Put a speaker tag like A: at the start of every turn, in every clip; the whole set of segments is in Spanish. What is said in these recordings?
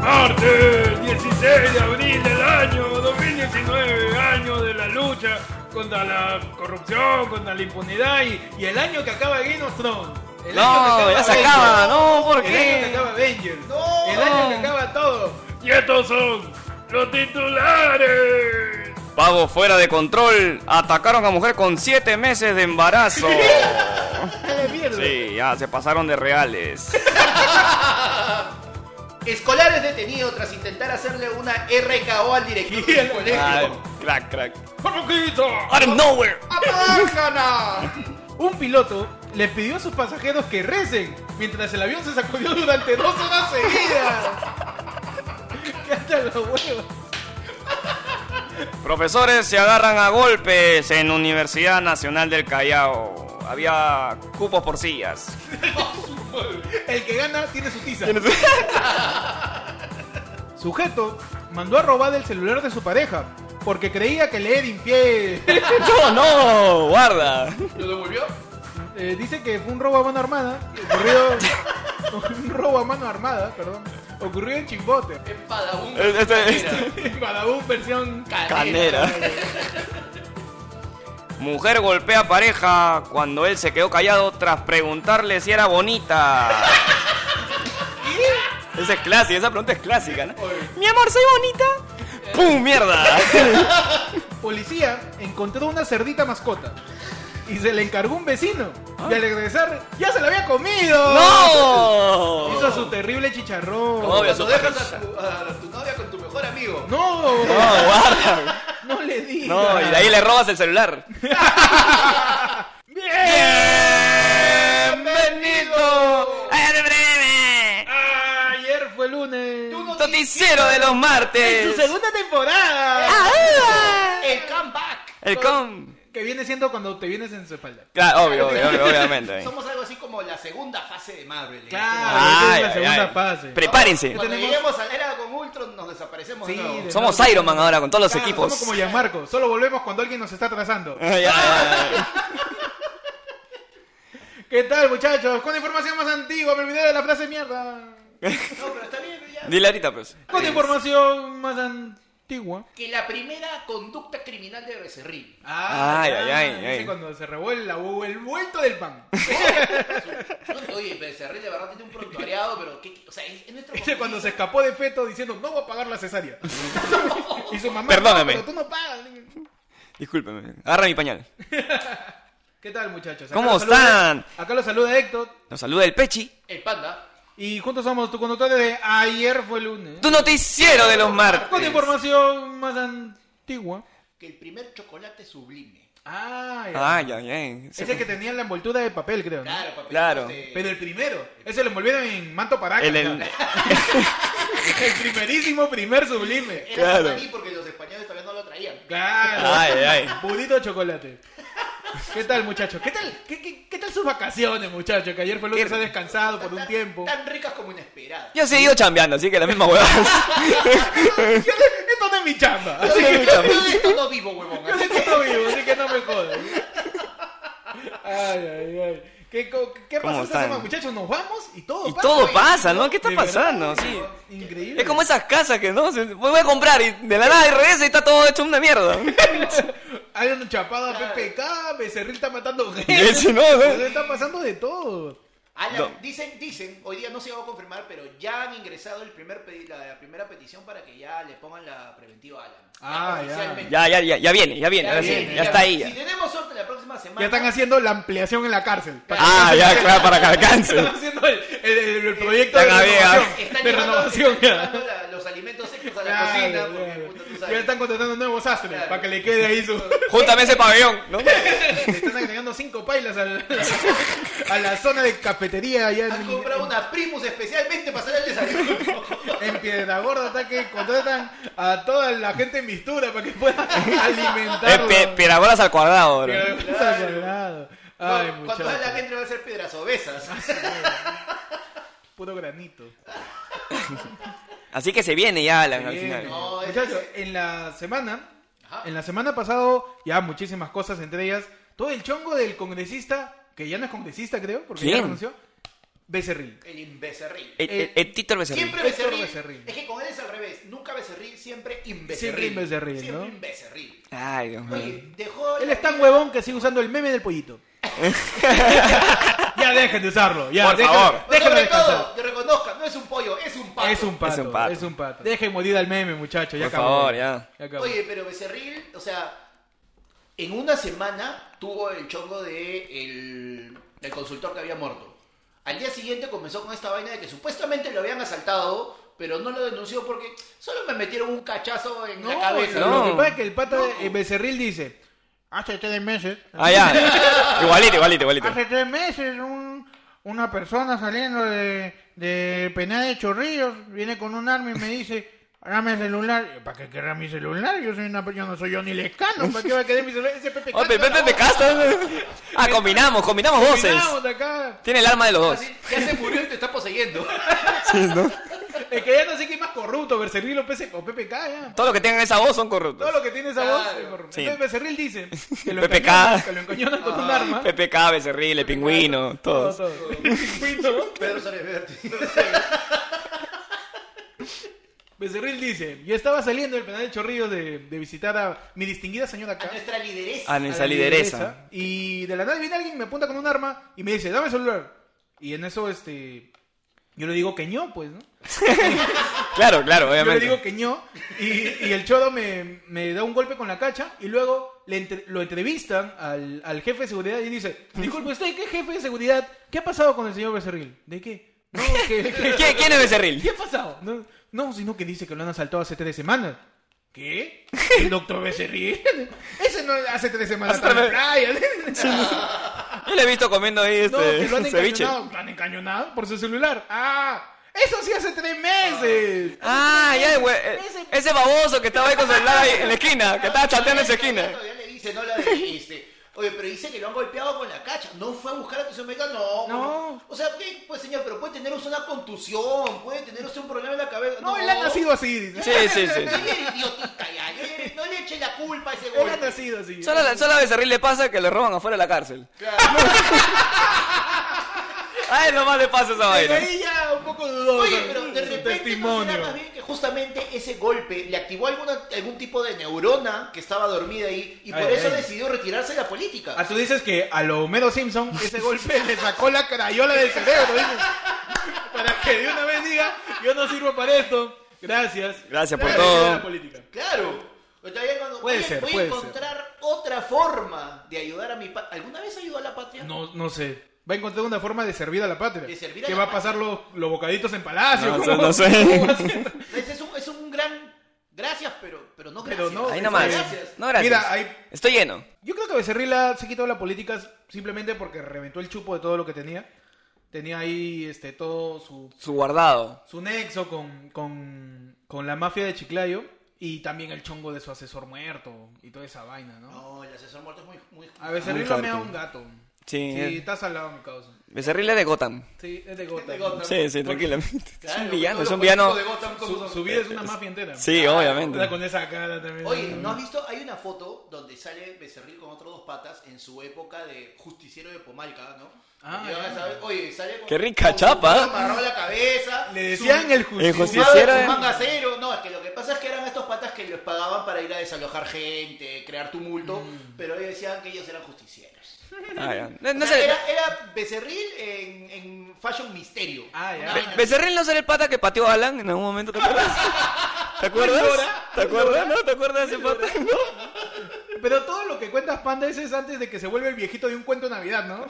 A: Martes 16 de abril del año 2019, año de la lucha contra la corrupción, contra la impunidad y, y el año que acaba Game of Thrones. El
B: No, ya se acaba, no, ¿por
A: El año que
B: qué?
A: acaba Avengers. El año que acaba todo. Y estos son los titulares.
B: Pavo fuera de control, atacaron a mujer con 7 meses de embarazo.
A: ¡Qué mierda!
B: Sí, ya se pasaron de reales.
C: Escolar es detenido tras intentar hacerle una RKO al director del
B: Ah,
C: colegio.
B: crack, crack.
A: ¡Porroquito!
B: Out of nowhere.
C: ¡Apájana!
A: Un piloto les pidió a sus pasajeros que recen mientras el avión se sacudió durante dos horas seguidas. ¡Qué hasta los huevos!
B: Profesores se agarran a golpes en Universidad Nacional del Callao. Había cupos por sillas.
A: El que gana tiene su tiza. Sujeto mandó a robar el celular de su pareja porque creía que le era infiel.
B: No, no, guarda.
C: ¿Lo devolvió?
A: Eh, dice que fue un robo a mano armada. Ocurrido. un robo a mano armada, perdón. Ocurrido en Chimbote.
C: En Padabún.
B: Este- este-
A: Badabun versión.
B: Canera. Mujer golpea a pareja cuando él se quedó callado tras preguntarle si era bonita. Esa es clásica, esa pregunta es clásica, ¿no? Mi amor, ¿soy bonita? ¡Pum, mierda!
A: Policía encontró una cerdita mascota. Y se le encargó un vecino. Y al regresar, ¡ya se la había comido!
B: ¡No!
A: Hizo su terrible chicharrón.
B: ¿Cómo obvio,
C: Cuando
B: súper.
C: dejas a tu, a tu novia con tu mejor amigo.
A: ¡No!
B: No, guarda.
A: No le digas.
B: No, y de ahí le robas el celular. ¡Bienvenido! ¡Al breve!
A: Ayer fue lunes.
B: Noticiero de los
A: ¡Su
B: martes.
A: segunda
B: Ah.
A: temporada!
C: El comeback.
B: El com.
A: Que viene siendo cuando te vienes en su espalda.
B: Claro, obvio, obvio, obvio, obviamente.
C: Somos algo así como la segunda fase de Marvel.
A: Claro.
B: Ah,
C: Cuando
A: esta es la segunda fase.
B: Prepárense.
C: Cuando
A: tenemos-
C: lleguemos a la era con Ultron nos desaparecemos
A: Sí,
C: de nuevo.
A: de-
B: Somos Iron Man ahora con todos los
A: Claro,
B: equipos. Ah,
A: Somos como Gianmarco, solo volvemos cuando alguien nos está atrasando.
B: Ya, ya, ya.
A: ¿Qué tal, muchachos? Con información más antigua, me olvidé de la frase mierda.
C: No, pero está bien, ya.
B: Dile ahorita, pues.
A: Con información más antigua.
C: Que la primera conducta criminal de Becerril.
A: Ah,
B: Ay, ay, ay,
A: sí,
B: ay.
A: cuando se revuelve o el vuelto del pan.
C: Oye, Becerril de verdad tiene un prontuariado, pero ¿qué, qué- o sea, es, es nuestro
A: Ese cuando
C: contenido.
A: se escapó de feto diciendo, no voy a pagar la cesárea. y su mamá,
B: Perdóname.
A: "No, pero tú no pagas.
B: Discúlpeme. Agarra mi pañal.
A: ¿Qué tal, muchachos?
B: ¿Cómo
A: los saluda-
B: están?
A: acá los saluda Héctor.
B: Nos saluda el Pechi.
C: El panda.
A: Y juntos somos tu conductor de Ayer fue lunes.
B: Tu noticiero de los
A: Con
B: martes.
A: información más antigua.
C: Que el primer chocolate sublime.
A: Ah, ya.
B: Ay, ay, ay.
A: Ese que tenía la envoltura de papel, creo, ¿no?
C: Claro, papel.
B: Claro.
A: Pero el primero. Ese lo envolvieron en manto paraca.
B: El-
A: El,
B: el-
A: primerísimo primer sublime.
C: Era
B: Claro.
C: somalí porque los españoles todavía no lo traían.
A: Claro.
B: Ay, ay.
A: Pudito de chocolate. ¿Qué tal, muchachos? ¿Qué tal, qué, qué- qué tal sus vacaciones, muchachos? Que ayer fue lunes, ha descansado por un
C: Tan-
A: tiempo.
C: Tan ricas como inesperadas.
B: Yo he seguido chambeando, así que la misma huevada.
A: Yo- Esto no es mi chamba.
C: Yo
A: Así que
C: de- yo de esto no vivo, huevón.
A: Yo
C: así
A: sé que estoy vivo, así que no me jodas. Ay, ay, ay. ¿Qué, co- qué
B: ¿Cómo
A: pasó esta
B: están?
A: semana, muchachos? Nos vamos y todo
B: Y
A: pasa.
B: todo
A: oye.
B: pasa, ¿no? ¿Qué está
A: De verdad,
B: pasando?
A: ¿no?
B: Sí.
A: Increíble.
B: Es como esas casas que no, se- voy a comprar y de la nada regresa y está todo hecho una mierda.
A: Hay un chapado a PPK, Becerril está matando gente.
B: Sí, sí, no,
A: O sea,
B: no.
A: Está pasando de todo.
C: Alan,
B: No.
C: dicen, dicen, hoy día no se va a confirmar, pero ya han ingresado el primer pedi- la, la primera petición para que ya le pongan la preventiva a Alan.
A: Ah, ya.
C: oficialmente.
B: Ya, ya, ya, ya viene, ya viene,
C: Ya
B: ahora sí,
C: viene,
B: ya está ahí.
C: Si
B: ya.
C: tenemos suerte la próxima semana.
A: Ya están haciendo la ampliación en la cárcel. Para que
B: Ah,
A: no se
B: ya,
A: vayan.
B: claro, para que alcance.
A: Están haciendo el, el- el- el proyecto de
B: Están ahí, ah.
C: Están
A: renovación. De
C: llevando-
A: renovación,
C: están
A: ya.
C: llevando la- los alimentos secos a la
A: Claro,
C: cocina. Porque,
A: claro.
C: puta, tú
A: Ya
C: sabes.
A: están contratando nuevos astres
C: Claro.
A: para que le quede ahí su.
B: Júntame ese pabellón, ¿no?
A: Le están agregando cinco pailas al- a la zona de cafetería allá
C: Han
A: en,
C: comprado una Primus especialmente para hacer el desayuno.
A: en Piedra Gorda, hasta que contratan a toda la gente en mistura para que pueda
B: Eh,
A: alimentarlo.
B: pe- perabolas al cuadrado, bro.
A: Piedra Gorda
C: Claro.
A: sagrado. Ay,
C: Cuando- Cuando
A: muchachos.
C: Alan entre va a ser piedras obesas.
A: Puro granito.
B: Así que se viene ya Alan al
A: Bien.
B: final.
C: No, es-
A: Muchachos, en la semana,
C: Ajá.
A: en la semana pasado, ya muchísimas cosas, entre ellas, todo el chongo del congresista, que ya no es congresista, creo, porque ya
B: ¿Quién?
A: renunció. Becerril.
C: El Becerril.
B: El, el- el Eh, Tito el Becerril.
C: Siempre
A: Héctor
C: Becerril,
A: Becerril.
C: Es que con él es al revés. Nunca Becerril, siempre Inbecerril.
A: Siempre Inbecerril,
C: Siempre
A: ¿no?
C: Inbecerril.
B: Ay, Dios mío.
C: Oye, dejó.
A: Él
C: la
A: es tan
C: vida-
A: huevón que sigue usando el meme del pollito. ya dejen de usarlo. Ya,
B: Por
A: déjenlo-
B: favor.
C: Bueno,
A: déjenlo
C: sobre todo,
A: descansar.
C: que reconozca, no es un pollo, es un pato.
A: Es un pato.
B: Es un pato.
A: Es un pato. Dejen morir al meme, muchachos. Ya
B: Por
A: acabó.
B: favor, ya.
A: acabó.
C: Oye, pero Becerril, o sea, en una semana tuvo el chongo de el, el consultor que había muerto. Al día siguiente comenzó con esta vaina de que supuestamente lo habían asaltado, pero no lo denunció porque solo me metieron un cachazo en la cabeza.
B: no.
A: Lo que pasa es que el pata de- eh, Becerril dice: Hace tres meses.
B: Ah, ya. Igualito, igualito, igualito.
A: Hace tres meses un- una persona saliendo de, de Penal de Chorrillos viene con un arma y me dice, dame el celular. ¿Para qué querrá mi celular? Yo, soy una, yo no soy yo ni lescano. ¿Para qué va a querer mi celular? Ese Pepe
B: Oh,
A: Castro,
B: Pepe,
A: la
B: Pepe Castro. Ah, combinamos, combinamos
A: voz.
B: voces.
A: Terminamos acá.
B: Tiene el alma de los dos.
C: Así, ya se murió y te está poseyendo.
A: Es que ya no sé quién más corrupto, Becerril o Pepe, o Pepe K, ya.
B: Todos los que tengan esa voz son
A: Todo
B: corruptos.
A: lo que tiene esa voz
C: Claro.
A: es corrupto.
B: Sí.
A: Entonces Becerril dice que lo
B: Pepe
A: encañonan,
B: K.
A: que lo encañonan con un arma.
B: Pepe K, Becerril, el pingüino, todos.
A: Todo, todo. Pingüino.
C: Pedro Suárez Berti.
A: Becerril dice, yo estaba saliendo del penal de Chorrillos de, de visitar a mi distinguida señora
C: A
A: K.
C: nuestra lideresa.
B: A
A: a la
B: esa lideresa.
A: Y de la nada viene alguien, me apunta con un arma y me dice, dame el celular. Y en eso, este. Yo le digo que ño, pues, ¿no?
B: Claro, claro,
A: Yo le
B: obviamente.
A: digo que ño. Y, y el choro me, me da un golpe con la cacha. Y luego le entre- lo entrevistan al, al jefe de seguridad y dice: Disculpe, ¿usted qué jefe de seguridad? ¿Qué ha pasado con el señor Becerril? ¿De qué? No, que- que-
B: ¿Quién, quién es
A: ¿Qué
B: Becerril?
A: ha pasado? No, no, sino que dice que lo han asaltado hace tres semanas. ¿Qué? El doctor Becerril. Ese no hace tres semanas
B: Hace
A: estaba en
B: tres-
A: la playa.
B: Yo le he visto comiendo ahí
A: No, que
B: este
A: lo han
B: ceviche.
A: encañonado, lo han encañonado por su celular. ¡Ah! ¡Eso sí hace tres meses!
B: Ah, ya, güey. eh, Ese baboso que estaba ahí con su celular ahí en la esquina, que estaba chateando en su esquina.
C: Todavía le dice, no la dijiste. Oye, pero dice que lo han golpeado con la cacha. No fue a buscar atención médica, no.
A: No.
C: O sea, ¿qué? pues señor, pero puede tener usted una contusión, puede tener usted un problema en la cabeza.
A: No, él ha nacido así. dice.
B: Sí, sí, sí.
C: Él era idiotita ya. Él era- No le eche la culpa a ese
A: Él ha
C: golpe.
A: nacido así.
B: Solo, a- solo a Becerril le pasa que le roban afuera de la cárcel. A él nomás le pasa esa vaina.
A: Pero ahí ya un poco dudoso.
C: Oye, pero de
A: su
C: repente no será más bien que justamente ese golpe le activó alguna, algún tipo de neurona que estaba dormida ahí y por
A: Ay,
C: eso
A: ay.
C: decidió retirarse de la política.
A: Ah, tú dices que a lo Homero Simpson ese golpe le sacó la crayola del cerebro, dices. Para que de una vez diga, yo no sirvo para esto. Gracias.
B: Gracias por
A: Gracias
B: todo.
A: a la política.
C: Claro. O sea, ya cuando-
A: Puede
C: voy a-
A: ser,
C: voy
A: puede
C: a
A: ser.
C: encontrar otra forma de ayudar a mi patria. ¿Alguna vez ayudó a la patria?
A: No, no sé. Va a encontrar una forma de servir a la patria.
C: De servir a
A: que
C: la
A: va a pasar los, los bocaditos en palacio.
B: No,
A: ¿cómo?
B: no sé.
A: ¿Cómo va a ser?
C: Es, es un, es un gran gracias, pero, pero no gracias.
A: Pero no,
B: Ahí
A: Ay,
B: nomás.
C: Gracias.
B: No, gracias.
A: Mira, ahí-
B: Estoy lleno.
A: Yo creo que Becerril ha- se quitó de la política simplemente porque reventó el chupo de todo lo que tenía. Tenía ahí este todo su,
B: Su guardado.
A: su nexo con, con, con la mafia de Chiclayo y también el chongo de su asesor muerto y toda esa vaina, ¿no?
C: No, el asesor muerto es muy... muy...
A: A Becerril
B: Muy
A: lo mea
B: fuerte.
A: un gato.
B: Sí, eh.
A: Sí,
B: es-
A: estás al lado, mi causa.
B: Becerril es de Gotham.
A: Sí, es de Gotham.
C: de Gotham.
B: Sí, sí, tranquilamente.
C: Claro,
B: es un villano, es
C: todos los
B: un villano.
C: políticos de Gotham como
A: Su,
C: son.
A: su vida es una mafia entera.
B: Sí,
A: Está
B: obviamente.
A: con esa cara también.
C: Oye, ¿no has visto? Hay una foto donde sale Becerril con otros dos patas en su época de justiciero de Pomalca, ¿no?
A: Ah,
C: Y ahora
A: ya.
C: sabes- Oye, sale con...
B: Qué rica
C: con
B: chapa.
C: su amarrado a la cabeza.
A: Le
C: su-
A: decían el
B: El
A: justiciero.
C: Su
B: justiciero.
C: madre,
B: eh.
C: su manga cero. No, es que lo que pasa es que eran estos patas que les pagaban para ir a desalojar gente, crear tumulto, pero ellos decían que ellos eran justicieros.
B: Ah, ya. Mm. No- no
C: O sea,
B: sé.
C: era, era Becerril en, en Fashion Misterio.
A: Ah, ya.
C: Una vaina
B: Becerril no será el pata que pateó a Alan en algún momento, ¿te acuerdas? ¿Te acuerdas? ¿Te acuerdas? ¿No? ¿Te acuerdas de ese pata? ¿No?
A: Pero todo lo que cuentas, Panda, ese es antes de que se vuelva el viejito de un cuento de Navidad, ¿no?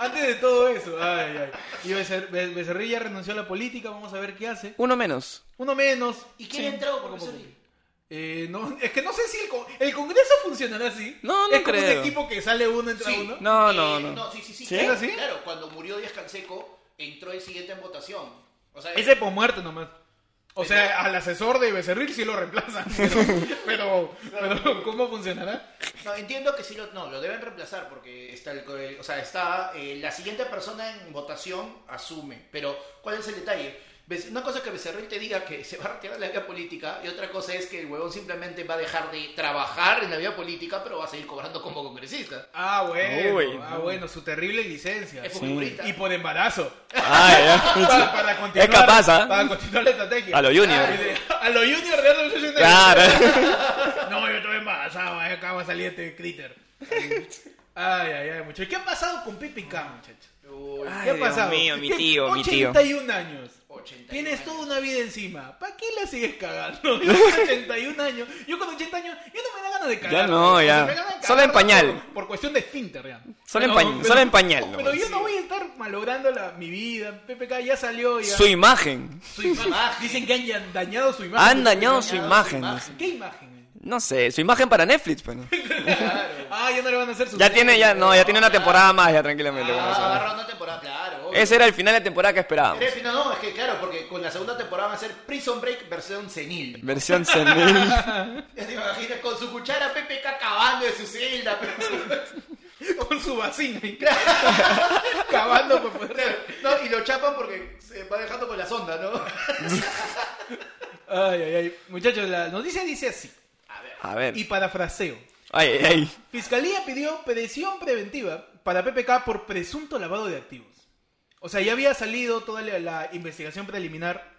A: antes de todo eso. Ay, ay. Y Becer- Be- Becerril ya renunció a la política, vamos a ver qué hace.
B: Uno menos.
A: Uno menos.
C: ¿Y quién ha entrado por
A: poco a poco.
C: Becerril?
A: Eh, no, es que no sé si el, con- el Congreso funcionará así.
B: No, no
A: Es como
B: creo.
A: un equipo que sale uno, entra
C: Sí.
A: uno.
B: No,
C: Eh,
B: no, no.
C: sí, sí, sí.
B: ¿Sí?
C: Claro,
A: ¿Es así?
C: claro, cuando murió Díaz Canseco, entró el siguiente en votación. O sea,
A: Ese por muerto nomás. O sea, al asesor de Becerril sí lo reemplazan. Pero, pero, pero ¿cómo funcionará?
C: no, entiendo que sí lo, no, lo deben reemplazar porque está el, co- el- o sea, está eh, la siguiente persona en votación asume, pero ¿cuál es el detalle? Bes- Una cosa es que Becerril te diga que se va a retirar de la vida política y otra cosa es que el huevón simplemente va a dejar de trabajar en la vida política pero va a seguir cobrando como congresista.
A: Ah, bueno.
B: Uy,
A: ah,
B: no.
A: bueno, su terrible licencia.
C: Es fujimorista.
A: Y por embarazo.
B: Ah, ya.
A: Para, para continuar,
B: Es capaz, ¿ah?
A: para continuar la estrategia. Ah,
B: A lo junior.
A: A lo junior de Arnold Schwarzenegger.
B: Claro.
A: No, yo estoy embarazado, ahí acaba de salir este critter. Ay, ay, ay, muchachos. ¿Qué ha pasado con Pepe Cam, muchachos?
C: Uy,
A: ¿Qué
B: Ay,
A: ha
B: Dios
A: pasado?
B: mío, mi
A: ¿Qué-
B: tío, mi tío.
A: 81 años.
C: 81
A: Tienes
C: años.
A: toda una vida encima. ¿Para qué la sigues cagando? Yo con 81 años. Yo con 80 años. Yo no me da ganas de cagar.
B: Ya no,
A: O sea,
B: ya.
A: me da ganas de
B: Solo
A: cagar
B: en pañal.
A: Por, por cuestión de esfínter, ya.
B: Solo en
A: Pero-
B: pañal,
A: pero-
B: solo en pañal,
A: Pero
B: nomás.
A: yo no voy a estar malogrando la- mi vida. PPK ya salió. Ya.
B: Su imagen.
A: Su imagen. Dicen que han dañado su imagen.
B: Han dañado su imagen.
A: ¿Qué imagen?
B: No sé, su imagen para Netflix, pues. ¿no?
A: Ah, ya no le van a hacer su
B: Ya tiene, ya, no, ya tiene una temporada más, ya tranquilamente. con
C: Ah,
B: eso.
C: agarra una temporada, claro. obvio.
B: Ese era el final de temporada que esperábamos.
C: Era el final, no, es que claro, porque con la segunda temporada van a ser Prison Break versión senil.
B: Versión senil.
C: Ya te imaginas con su cuchara PPK acabando de su celda, pero...
A: con su vacina y cavando por poder.
C: Claro, no, y lo chapan porque se va dejando con la sonda, ¿no?
A: Ay, ay, ay. Muchachos, la noticia dice así.
B: A ver.
A: Y parafraseo.
B: Ay, ay, ay.
A: Fiscalía pidió presión preventiva para PPK por presunto lavado de activos. O sea, ya había salido toda la, la investigación preliminar.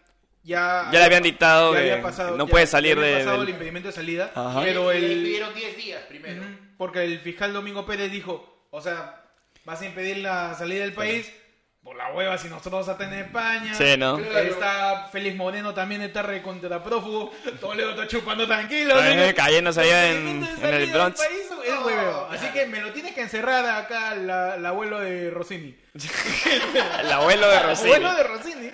A: Ya,
B: Ya le habían dictado
A: ya
B: que
A: había pasado-
B: no
A: ya-
B: puede
A: ya
B: salir
A: había
B: de-
A: pasado
B: del-
A: el impedimento de salida.
B: Ajá.
A: Pero
C: Y le
A: el,
C: pidieron 10 días primero.
A: Porque el fiscal Domingo Pérez dijo, o sea, vas a impedir la salida del país por la hueva si nosotros hasta en España.
B: Mm. Sí, ¿no?
C: Claro.
A: Está Félix Moreno también está recontra prófugo. Toledo está chupando tranquilo.
B: Eh, cayéndose allá en,
A: impedimento de
B: en
A: salida
B: el
A: del
B: Bronx.
A: país es
C: No,
A: hueveo. Así
C: claro.
A: que me lo tienes que encerrar acá la- el abuelo de Rossini.
B: El abuelo de Rosini.
A: Abuelo de Rossini.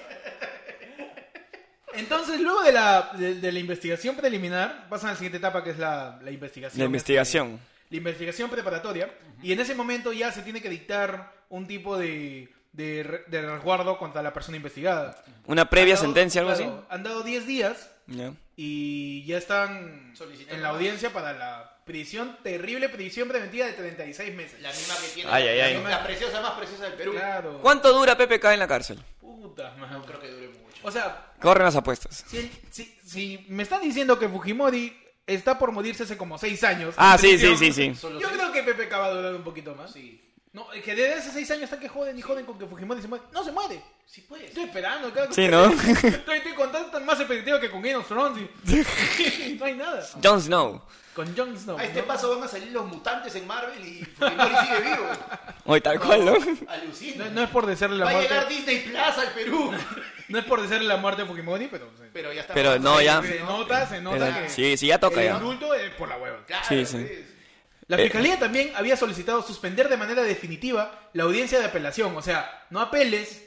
A: Entonces, luego de la, de, de la investigación preliminar, pasan a la siguiente etapa que es la, la investigación.
B: La investigación.
A: la investigación preparatoria. Y en ese momento ya se tiene que dictar un tipo de, de, re- de resguardo contra la persona investigada.
B: Una previa
A: Han dado-
B: sentencia, algo así.
A: claro, Han dado 10 días
B: Ya.
A: y ya están
C: Solicitando
A: en la
C: más.
A: audiencia para la prisión, terrible prisión preventiva de 36 meses.
C: La misma que tiene
B: Ay,
C: la,
B: ay,
C: la
B: ay.
C: misma- la preciosa más preciosa del Perú.
A: Claro.
B: ¿Cuánto dura PPK en la cárcel?
A: Puta
C: No
A: madre.
C: creo que dure mucho.
A: O sea,
B: Corren las apuestas.
A: si, si- si me están diciendo que Fujimori está por morirse hace como 6 años.
B: Ah,
A: en
B: sí, sí, sí,
A: prisión,
B: sí.
C: Solo
A: Yo
C: sí.
A: creo que Pepe va a durar un poquito más.
C: Sí.
A: No, es que desde hace 6 años está que joden y joden con que Fujimori se muere. No se muere.
C: Sí puede.
A: Estoy esperando, claro.
B: Sí, ¿no?
A: Estoy, estoy con tantas más expectativas que con Game of Thrones. y- no hay nada.
B: Jon Snow.
A: Con Jon Snow.
C: A este
A: ¿no?
C: paso van a salir los mutantes en Marvel y Fujimori sigue vivo.
B: Hoy tal cual, ¿no?
C: Alucina.
A: No, no es por desearle la
C: Va a llegar
A: muerte.
C: Disney Plaza al Perú.
A: No es por desearle la muerte a Fujimori, pero o sea,
C: Pero ya está.
B: Pero no, ya.
A: se nota, se nota
B: Era-
A: que
B: Sí, sí, ya toca
A: el
B: ya.
A: indulto es por la hueva.
C: Claro,
B: Sí, sí.
C: pues.
A: La
B: Eh.
A: fiscalía también había solicitado suspender de manera definitiva la audiencia de apelación. O sea, no apeles,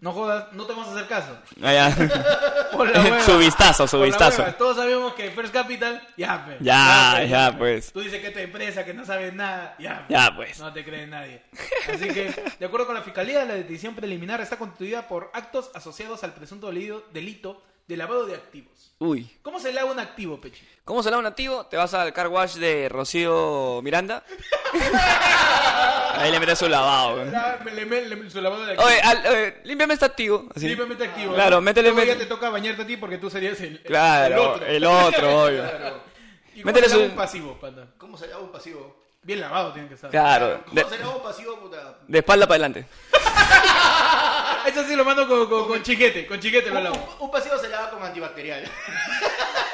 A: no jodas, no te vamos a hacer caso.
B: Ah, ya.
A: Por la hueva.
B: Su vistazo, su
A: Por la
B: vistazo.
A: hueva. Todos sabemos que First Capital, ya, pe.
B: Ya,
A: pe.
B: ya, pues.
A: Tú dices que esta empresa que no sabes nada, ya. pe.
B: Ya, pues.
A: No te cree nadie. Así que, de acuerdo con la fiscalía, la detención preliminar está constituida por actos asociados al presunto delito, delito de lavado de activos.
B: Uy.
A: ¿Cómo se lava un activo, Pechi?
B: ¿Cómo se lava un activo? Te vas al car wash de Rocío Miranda. Ahí le metes su lavado. güey.
A: La- me- le- me- le- su lavado de activos.
B: Oye, al, oye, límpiame este activo. así.
A: Simplemente activo.
B: Claro,
A: ¿no?
B: métele-
A: Luego ya
B: métele-
A: te toca bañarte a ti porque tú serías el,
B: Claro,
A: el otro.
B: el otro, obvio.
A: Y
B: Métele
A: métele
B: su-
A: un pasivo, panda.
C: ¿Cómo se lava un pasivo?
A: Bien lavado tiene que estar.
B: Claro.
C: ¿Cómo
B: De,
C: se lava un pasivo, puta?
B: de espalda para adelante.
A: Ah, Eso sí lo mando con, con, con chiquete, con chiquete lo
C: Un,
A: lavo.
C: un pasivo se lava con antibacterial.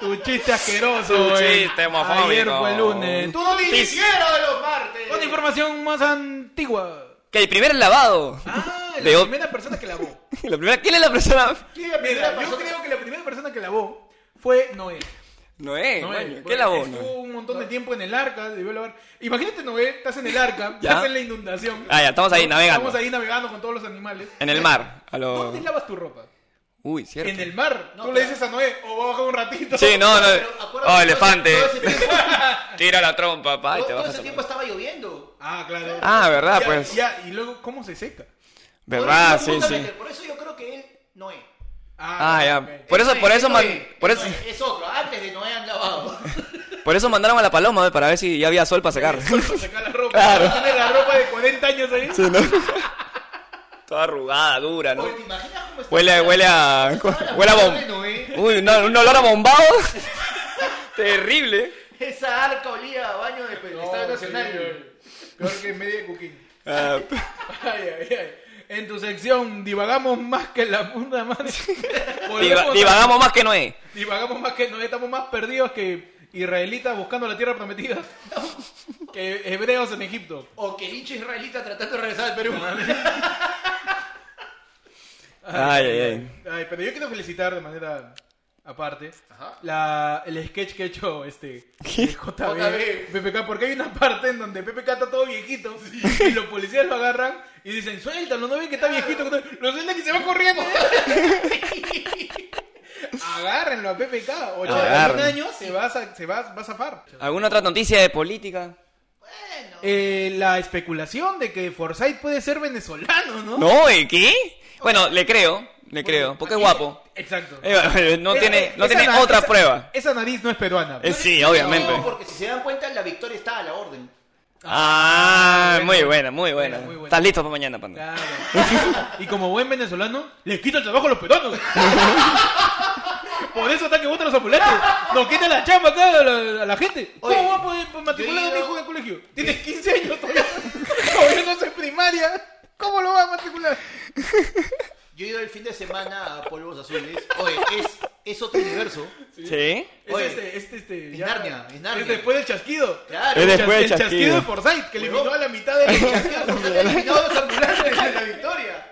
A: Tu chiste asqueroso,
B: Tu
A: güey.
B: chiste homofóbico.
A: Ayer fue el lunes.
C: ¡Tú no
B: Sí.
C: noticiero de los martes!
A: Con información más antigua.
B: Que el primer lavado.
A: Ah, la
B: De o-
A: primera persona que lavó.
B: La primera, ¿Quién es la persona?
C: ¿Quién es la primera
A: Mira, yo
C: persona?
A: creo que la primera persona que lavó fue Noé.
B: Noé,
A: Noé,
B: coño, ¿Qué
A: porque
B: lavó?
A: Estuvo
B: Noé?
A: un montón de tiempo en el arca, debió lavar. Imagínate, Noé, estás en el arca,
B: Ya.
A: estás en la inundación.
B: Ah, ya, estamos ahí
A: No,
B: navegando.
A: Estamos ahí navegando con todos los animales.
B: En el mar. A lo-
A: ¿Dónde lavas tu ropa?
B: Uy, cierto.
A: En el mar.
C: No,
A: Tú le
C: claro.
A: dices a Noé, o voy a bajar un ratito.
B: Sí, no, no.
C: Pero acuérdate
B: Oh,
C: que
B: elefante.
C: Todo ese tiempo,
B: Tira la trompa, pa, y te
C: todo
B: bajas.
C: ese
B: a-
C: tiempo estaba lloviendo.
A: Ah, claro.
B: Ah, verdad,
A: Ya,
B: pues.
A: Ya, y luego, ¿cómo se seca?
B: Verdad, sí, sí.
C: Justamente, Por eso yo creo que él no es.
B: Ah, ya.
A: ok.
B: Por eso,
C: Noé,
B: por eso,
C: es
B: man-
C: Noé,
B: por
C: es
B: eso,
C: Noé, es otro, antes de Noé han lavado.
B: por eso mandaron a la paloma eh, para ver si ya había sol para secar.
A: Para secar la ropa.
B: Claro.
A: Tiene la ropa de 40 años ahí.
B: Toda arrugada, dura, ¿no?
C: Oye, ¿te imaginas cómo pues.
B: Huele, huele a. Huele a
C: Bueno,
B: bom...
C: ¿eh?
B: Uy, no, un olor a bombado. Terrible.
C: Esa arca olía a baño de del Estado Nacional.
A: Peor que media cooking.
B: Ah,
A: Ay, ay, ay. En tu sección divagamos más que la puta madre. Volvemos
B: diva-
A: a-
B: divagamos más que no es.
A: divagamos más que nos estamos más perdidos que israelitas buscando la tierra prometida que hebreos en Egipto.
C: O que hincha israelita tratando de regresar al Perú.
B: Ay, ay, ay.
A: Ay, pero yo quiero felicitar de manera aparte
C: Ajá.
A: la, el sketch que he hecho este de JB,
C: JB.
A: PPK, porque hay una parte en donde PPK está todo viejito y los policías lo agarran y dicen, suéltalo, no ven que está viejito, que está- lo sueltan que se va corriendo. Agárrenlo a PPK, 81
B: Agárrenlo.
A: años se va, a, sa- se va, va a zafar.
B: ¿Alguna otra noticia de política?
C: Bueno.
A: Eh, la especulación de que Forsyth puede ser venezolano, ¿no?
B: No, ¿y qué? Bueno, le creo, le creo, porque es guapo.
A: Exacto.
B: Eh, No tiene, no
A: Esa
B: tiene
A: na-
B: otra
A: esa-
B: prueba.
A: Esa nariz no es peruana.
B: Eh, sí, obviamente.
C: No, porque si se dan cuenta, la victoria está a la orden.
B: Ah, muy buena, muy
A: Buena,
B: buena.
A: muy buena.
B: Estás listo para mañana, panda.
A: Claro. Y como buen venezolano, le quita el trabajo a los peruanos. Por eso está que votan los ambulantes. Nos quita la chamba acá a la, a la gente.
C: Oye,
A: ¿Cómo va a poder matricular a
C: yo
A: mi
C: digo-
A: hijo en el colegio? Tienes 15 años todavía. Todavía no sé primaria. ¿Cómo lo va a matricular?
C: Yo he ido el fin de semana a Polvos Azules. Oye, es, es otro universo.
B: ¿Sí?
A: Es
C: Oye,
A: este, este, este.
C: es
A: ya-
C: Narnia, es Narnia.
A: después del chasquido.
C: Claro.
B: Es
A: El
B: de-
A: chas-
B: Después del
A: el chasquido
B: chasquido.
A: de Forsyth, que eliminó
C: Huevón.
A: a la mitad de
C: Eliminados los ambulantes de la victoria.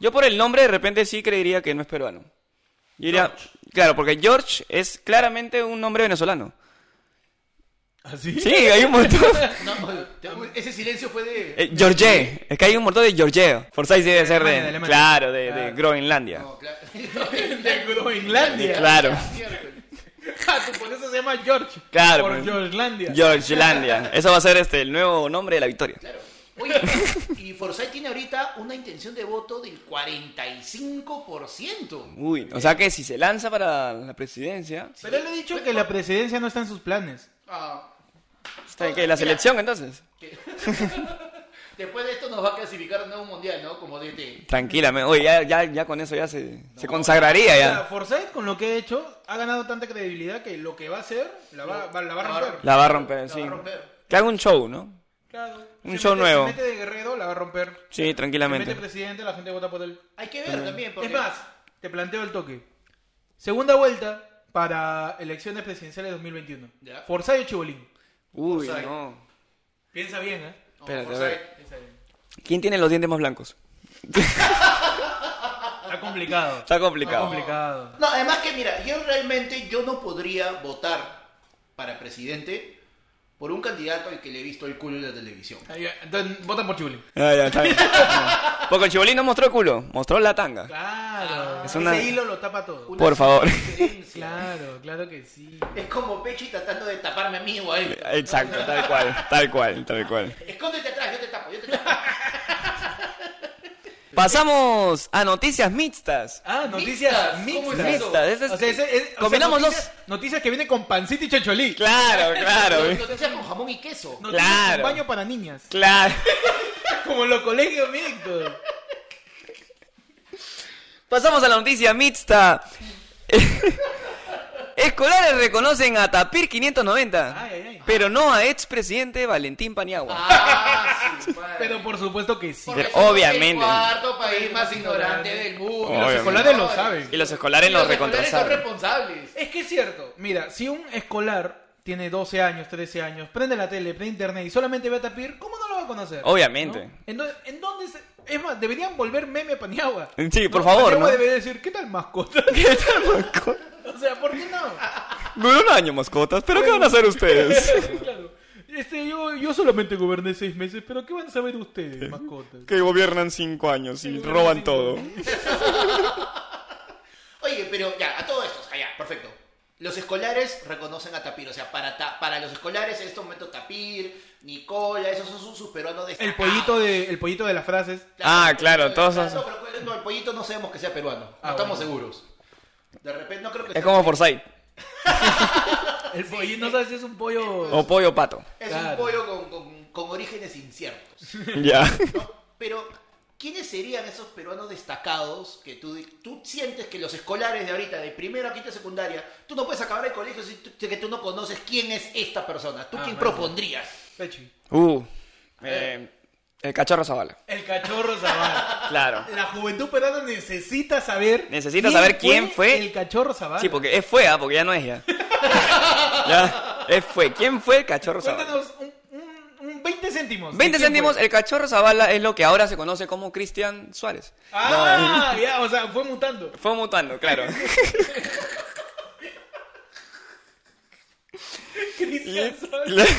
B: Yo por el nombre de repente sí creería que no es peruano. Yo diría- claro, porque George es claramente un nombre venezolano.
C: ¿Ah,
A: ¿Así?
B: Sí, hay un montón.
C: No, oye, te- ese silencio fue de.
B: Eh, George, es que hay un montón de Georgeo. Forsyth debe ser
A: Alemania, de
B: de,
A: Alemania.
B: claro, de, de
A: Claro.
B: Groenlandia.
C: No, claro.
A: De Groenlandia.
B: Claro,
A: Ah, tú, Por eso se llama George.
B: Claro,
A: Por
B: pues.
A: Georgelandia.
B: Georgelandia. Eso va a ser este el nuevo nombre de la victoria.
C: Claro. Oye, y Forsyth tiene ahorita una intención de voto del 45%.
B: Uy, o sea que si se lanza para la presidencia,
A: Pero él le ha dicho que la presidencia no está en sus planes.
C: Ah,
B: está en que la selección entonces.
C: que- Después de esto nos va a clasificar a un nuevo mundial, ¿no? Como DT.
B: Tranquilamente, oye, ya, ya, ya con eso ya se, se consagraría
A: O sea,
B: Ah, ya.
A: Forsyth, con lo que ha hecho, ha ganado tanta credibilidad que lo que va a hacer la va, va- la va a romper.
B: La va a romper,
C: La
B: sí.
C: va a romper.
B: Que haga un show, ¿no?
A: Claro.
B: Un
A: Se
B: show
A: mete-
B: nuevo.
A: Se mete de guerrero, la va a romper.
B: Sí,
A: Se mete
B: tranquilamente.
A: presidente, la gente vota por él.
C: Hay que ver también, porque...
A: Es más, te planteo el toque. Segunda vuelta para elecciones presidenciales 2021.
C: Ya.
A: Forsyth o Chibolín.
B: Uy,
C: Forsyth.
B: no.
A: Piensa bien, ¿eh?
C: No,
B: Espérate, a
C: Forsyth,
B: ver.
A: Piensa bien.
B: ¿Quién tiene los dientes más blancos?
A: Está complicado.
B: Está
A: Está
B: complicado.
A: complicado.
C: No, además que mira, yo realmente yo no podría votar para presidente por un candidato al que le he visto el culo en la televisión.
A: Ahí va. Entonces, votan por Chibolín.
B: Ah, ya, está bien. No. Porque el chibolín no mostró culo, mostró la tanga.
A: Claro.
B: Es una-
A: Ese hilo lo tapa todo.
C: Una
B: Por favor.
C: diferencia.
A: Claro, claro que sí.
C: Es como Pechi tratando de taparme a mí, güey.
B: Exacto, tal cual, tal cual, tal cual.
C: Escóndete atrás, yo te tapo, yo te tapo.
B: Pasamos a noticias mixtas.
A: Ah, noticias
C: Mixtas, ¿cómo
A: mixtas.
C: es
B: Mixtas, ese
C: eso?
B: es-
A: O sea, ese es- o sea,
B: combinamos
A: noticias, noticias que vienen con pancita y chacholí.
B: Claro, claro,
C: Noticias con jamón y queso.
A: Noticias
B: Claro.
A: con baño para niñas.
B: claro.
A: Como los colegios mixtos.
B: Pasamos a la noticia mixta. Escolares reconocen a Tapir 590,
A: Ay, ay, ay.
B: pero no a expresidente Valentín Paniagua.
C: Ah, sí, madre.
A: Pero por supuesto que sí.
C: Porque
B: Pero
C: somos
B: obviamente.
C: El cuarto país más ignorante del mundo.
B: Obviamente.
A: Los escolares lo saben.
B: Y los escolares
C: Los
B: los
C: escolares son
B: recontrasaron.
C: responsables.
A: Es que es cierto. Mira, si un escolar tiene 12 años, 13 años, prende la tele, prende internet y solamente ve a Tapir, ¿cómo no lo va a conocer?
B: Obviamente.
A: ¿No? Entonces, ¿en dónde se- Es más, deberían volver meme a Paniagua.
B: Sí, por favor,
A: Paniagua
B: ¿no?
A: debería decir, ¿qué tal mascota? o sea, ¿por qué no?
B: Duró un año, mascotas, pero ¿qué van a hacer ustedes?
A: Claro. Este, yo, yo solamente goberné seis meses, pero ¿qué van a saber ustedes, mascotas?
B: Que gobiernan cinco años y roban todo.
C: Oye, pero ya, a todo esto, o sea, ya, perfecto. Los escolares reconocen a Tapir, o sea, para, Ta- para los escolares en este momento Tapir, Nicola, esos son sus peruanos de
A: El pollito de, el pollito de las frases.
B: Ah, claro, todos son-
C: No, pero no, el pollito no sabemos que sea peruano, no
A: Ah,
C: estamos
A: bueno.
C: seguros. De repente no creo que
B: Es
C: sea-
B: como Forsyth.
A: El pollito, no sabes si es un pollo.
B: O pollo pato.
C: es
A: Claro.
C: un pollo con, con- con orígenes inciertos.
B: Ya.
C: ¿no? Pero ¿Quiénes serían esos peruanos destacados que tú, tú sientes que los escolares de ahorita, de primero a quinta secundaria, tú no puedes acabar el colegio si tú, que tú no conoces quién es esta persona? ¿Tú
A: Ah,
C: quién
A: bueno.
C: propondrías?
A: Pechi.
B: Uh, eh, el cachorro Zavala.
A: El cachorro Zavala.
B: Claro.
A: La juventud peruana necesita saber.
B: Necesita saber quién fue.
A: El cachorro Zavala.
B: Sí, porque es fue, ah, porque ya no es ya. ya, es fue. ¿Quién fue el cachorro Zavala?
A: Cuéntanos un, un- un 20 céntimos. de
B: 20
A: quién
B: céntimos,
A: fue.
B: el cachorro Zavala es lo que ahora se conoce como Cristian Suárez.
A: Ah, ya, o sea, fue mutando.
B: Fue mutando, claro.
A: Cristian Suárez.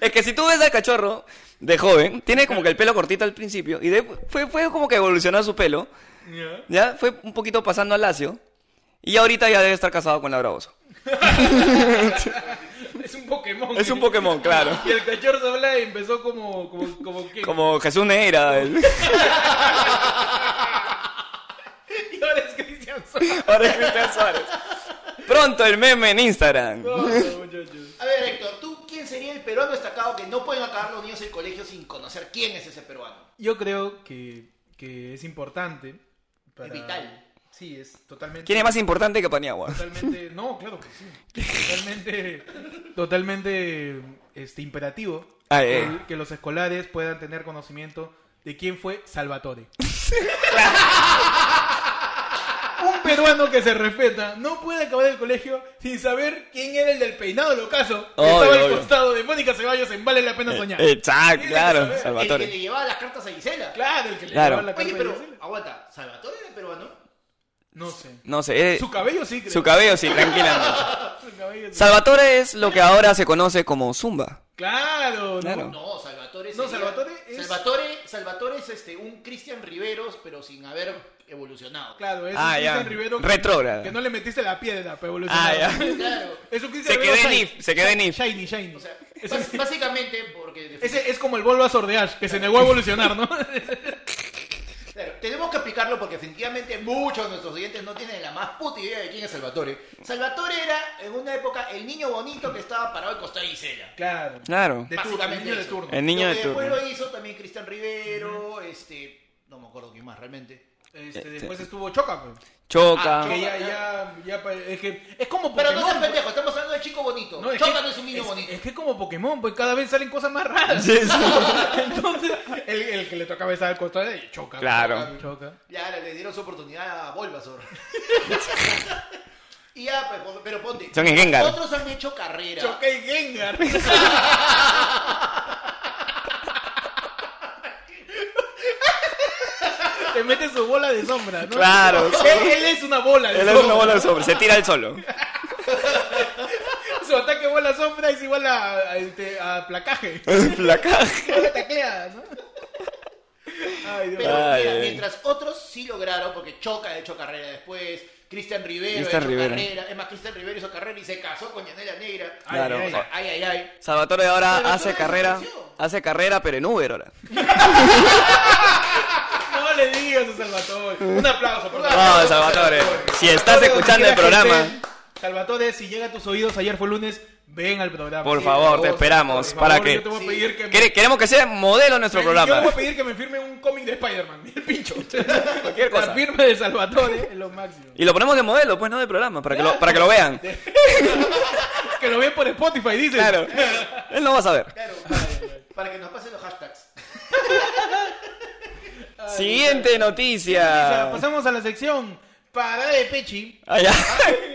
B: es que si tú ves al cachorro de joven, tiene como que el pelo cortito al principio y de- fue, fue como que evolucionó su pelo,
A: Ya.
B: ya fue un poquito pasando al lacio y ahorita ya debe estar casado con la Bravoso.
A: Es un Pokémon.
B: Es un Pokémon, claro.
A: Y el cachorro Zavala empezó como. como, como, que-
B: Como Jesús Neira, el-
A: Y ahora es Cristian Suárez.
B: ahora es Cristian Suárez. Pronto el meme en Instagram.
A: No, no, muchachos.
C: A ver, Héctor, ¿tú quién sería el peruano destacado que no pueden acabar los niños el colegio sin conocer quién es ese peruano?
A: Yo creo que, que es importante. para-
C: Es vital.
A: Sí, es totalmente.
B: ¿Quién es más importante que Paniagua?
A: Totalmente. No, claro que sí. Totalmente. totalmente. Este, imperativo.
B: Ah,
A: que,
B: eh.
A: el- que los escolares puedan tener conocimiento de quién fue Salvatore. Un peruano que se respeta no puede acabar el colegio sin saber quién era el del peinado locazo que
B: Obvio,
A: estaba al
B: obvio. Eh,
A: costado de Mónica Ceballos en Vale la Pena Soñar.
B: Exacto, claro,
A: El
C: El que
B: Salvatore.
C: le llevaba las cartas a Gisela.
A: Claro, el que le
B: Claro.
A: llevaba la
C: Oye,
A: carta
C: pero
A: de Gisela.
C: aguanta, ¿Salvatore era peruano?
A: No sé.
B: No sé, eh,
A: Su cabello sí, creo.
B: su cabello sí, tranquilamente.
A: Su cabello sí.
B: Salvatore es lo que ahora se conoce como Zumba.
A: Claro, ¿no?
B: Claro.
C: No, Salvatore
A: No,
C: sería-
A: Salvatore es-
C: Salvatore, Salvatore es este, un Cristian Riveros, pero sin haber evolucionado.
A: Claro, es
B: Ah,
A: un
B: ya.
A: Cristian Rivero que-
B: Retrógrada.
A: que no le metiste la piedra para
B: Ah,
A: evolucionar.
B: ya.
C: Claro.
A: Es un Cristian
B: Se quedó
A: Rivero
B: en
A: shiny.
B: if, se quedó en if.
A: Shiny, shiny.
C: O sea,
A: es,
C: bas- básicamente porque... de-
A: ese es como el Bulbasaur de Ash, que se negó a evolucionar, ¿no?
C: Claro, tenemos que explicarlo porque definitivamente muchos de nuestros oyentes no tienen la más puta idea de quién es Salvatore. Salvatore era, en una época, el niño bonito que estaba parado al costado de Gisela.
A: claro.
B: Claro.
A: De turno, el
C: Básicamente
A: niño de
C: eso.
A: turno.
B: El niño
C: Lo
B: de
C: que
B: turno.
C: Después lo hizo también Cristian Rivero, este... No me acuerdo quién más realmente.
A: Este, después estuvo Choca, pues.
B: Choca.
C: Ah,
A: Que ya, ya, ya, pa- es que es como
C: Pero
A: Pokémon.
C: no seas
A: pues.
C: pendejo, estamos hablando de chico bonito.
A: No, es
C: Choca
A: que-
C: no es un niño
A: es-
C: bonito.
A: Es que como Pokémon, pues cada vez salen cosas más raras.
B: Sí, sí.
A: Entonces, el, el que le tocaba estar al costado de Choca.
B: Claro.
A: Choca.
C: Ya ahora le dieron su oportunidad a Bulbasaur. y ya, pues, pon- pero ponte.
B: Son en Gengar.
C: Otros han hecho carrera.
A: Choca y Gengar. Te mete su bola de sombra, ¿no?
B: Claro, sí.
A: Él, él es una bola de
B: Él es
A: sombra.
B: una bola de sobre, se tira el solo.
A: Su ataque bola sombra es igual a, a este, a placaje.
B: La caja.
A: Bola tacleada, ¿no? Ay, Dios.
C: Pero
B: Ay,
C: mira,
B: ay.
C: mientras otros sí lograron, porque Choca ha hecho carrera después, Cristian Rivero ha
B: Cristian
C: hecho
B: Rivero.
C: carrera, es más, Cristian Rivero hizo carrera y se casó con Yanela Negra. Ay,
B: Claro.
C: ay, ay, ay, ay.
B: Salvatore ahora
C: Salvatore
B: hace carrera,
C: desapareció.
B: hace carrera pero en Uber ahora.
A: No le digas a Salvatore. Un aplauso, por favor.
B: No, Salvatore, si estás escuchando el programa,
A: Salvatore, si llega a tus oídos, ayer fue lunes, ven al programa.
B: por
A: Sí,
B: favor, te esperamos
A: por
B: para
A: favor,
B: que
A: Yo te voy a pedir que me-
B: Quere- queremos que sea modelo nuestro
A: Yo le
B: programa.
A: voy a pedir que me firme un cómic de Spider-Man, el pincho.
B: Cualquier cosa.
A: La firma de Salvatore es lo máximo.
B: Y lo ponemos de modelo, pues no de programa, para que lo, para que lo vean.
A: Que lo ve por Spotify, dice.
B: Claro. Él no va a saber.
C: Claro, para que nos pasen los hashtags.
B: Siguiente noticia.
A: Pasamos a la sección Parada de Pechi.
B: Ah, ya.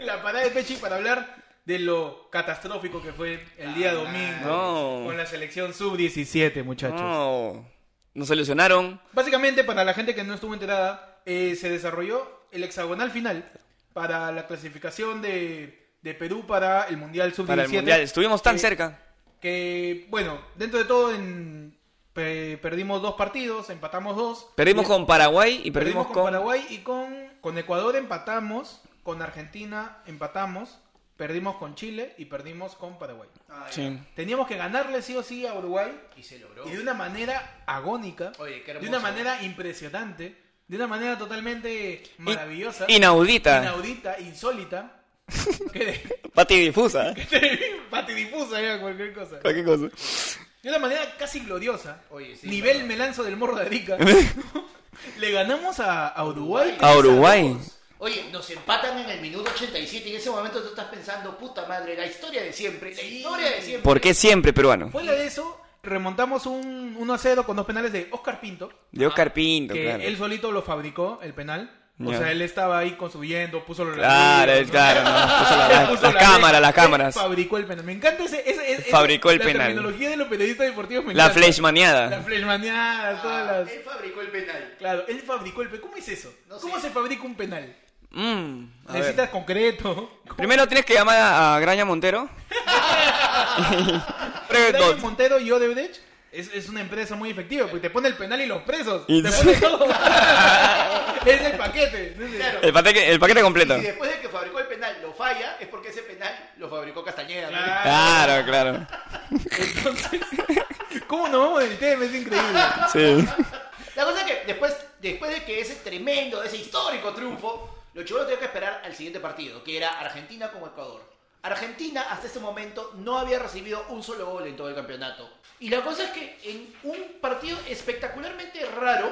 A: La parada de Pechi para hablar de lo catastrófico que fue el día domingo
B: Ah, No.
A: con la selección sub-17, muchachos.
B: No. Nos solucionaron.
A: Básicamente, para la gente que no estuvo enterada, eh, se desarrolló el hexagonal final para la clasificación de, de Perú para el Mundial Sub-17.
B: Para el mundial. Estuvimos tan
A: Eh,
B: cerca.
A: Que, bueno, dentro de todo, en, pe- perdimos dos partidos, empatamos dos.
B: Perdimos
A: Eh,
B: con Paraguay y perdimos,
A: perdimos
B: con.
A: Paraguay y con, con Ecuador empatamos, con Argentina empatamos, perdimos con Chile y perdimos con Paraguay.
C: Ay,
B: Sí.
A: Teníamos que ganarle sí o sí a Uruguay
C: Y se logró.
A: y de una manera agónica,
C: Oye, qué
A: de
C: hermoso.
A: una manera impresionante, de una manera totalmente maravillosa,
B: Inaudita.
A: inaudita, insólita, que
B: Patidifusa.
A: patidifusa era cualquier cosa.
B: ¿eh? Cualquier cosa.
A: de una manera casi gloriosa,
C: Oye, sí,
A: nivel
C: claro.
A: me lanzo del morro de Arica, le ganamos a, a Uruguay.
B: A Uruguay.
C: Oye, nos empatan en el minuto 87 y en ese momento tú estás pensando, puta madre, la historia de siempre, la
A: Sí.
C: historia de siempre.
B: ¿Por qué siempre peruano?
A: Fuera de eso, remontamos un 1 0 con dos penales de Oscar Pinto,
B: De Oscar Pinto,
A: Ah, que
B: claro.
A: él solito lo fabricó, el penal. O
B: Ya.
A: sea, él estaba ahí construyendo, puso los
B: Claro,
A: ladrillos, ¿no?
B: claro, no, puso la-
A: Puso
B: las
A: la-
B: cámaras, las
A: él
B: cámaras.
A: Fabricó el penal. Me encanta ese. ese- ese-
B: Fabricó el
A: la
B: penal.
A: La terminología de los periodistas deportivos me
B: La
A: encanta. La
B: fleshmaneada.
A: fleshmaneada, todas
C: Ah,
A: las.
C: Él fabricó el penal.
A: Claro, él fabricó el penal. ¿Cómo es eso?
C: No
A: ¿Cómo
C: sé.
A: se fabrica un penal?
B: Mm, a ver.
A: Necesitas concreto.
B: Primero tienes que llamar a, a Graña Montero. Pre-
A: Daniel
B: dos.
A: Montero y Odebrecht es, es una empresa muy efectiva porque te pone el penal y los presos.
B: Y-
A: Te pone todo. es el paquete. es el-
C: Claro.
B: el, paquete, el paquete completo.
C: Y después de que fabricó el penal, lo falla, es porque ese penal lo fabricó Castañeda. ¿no?
A: Claro.
B: Claro, claro.
A: Entonces, ¿cómo nos vamos del tema? Es increíble.
B: Sí.
C: La cosa es que después, después de que ese tremendo, ese histórico triunfo, los chibolos tenían que esperar al siguiente partido, que era Argentina con Ecuador. Argentina hasta ese momento no había recibido un solo gol en todo el campeonato. Y la cosa es que en un partido espectacularmente raro,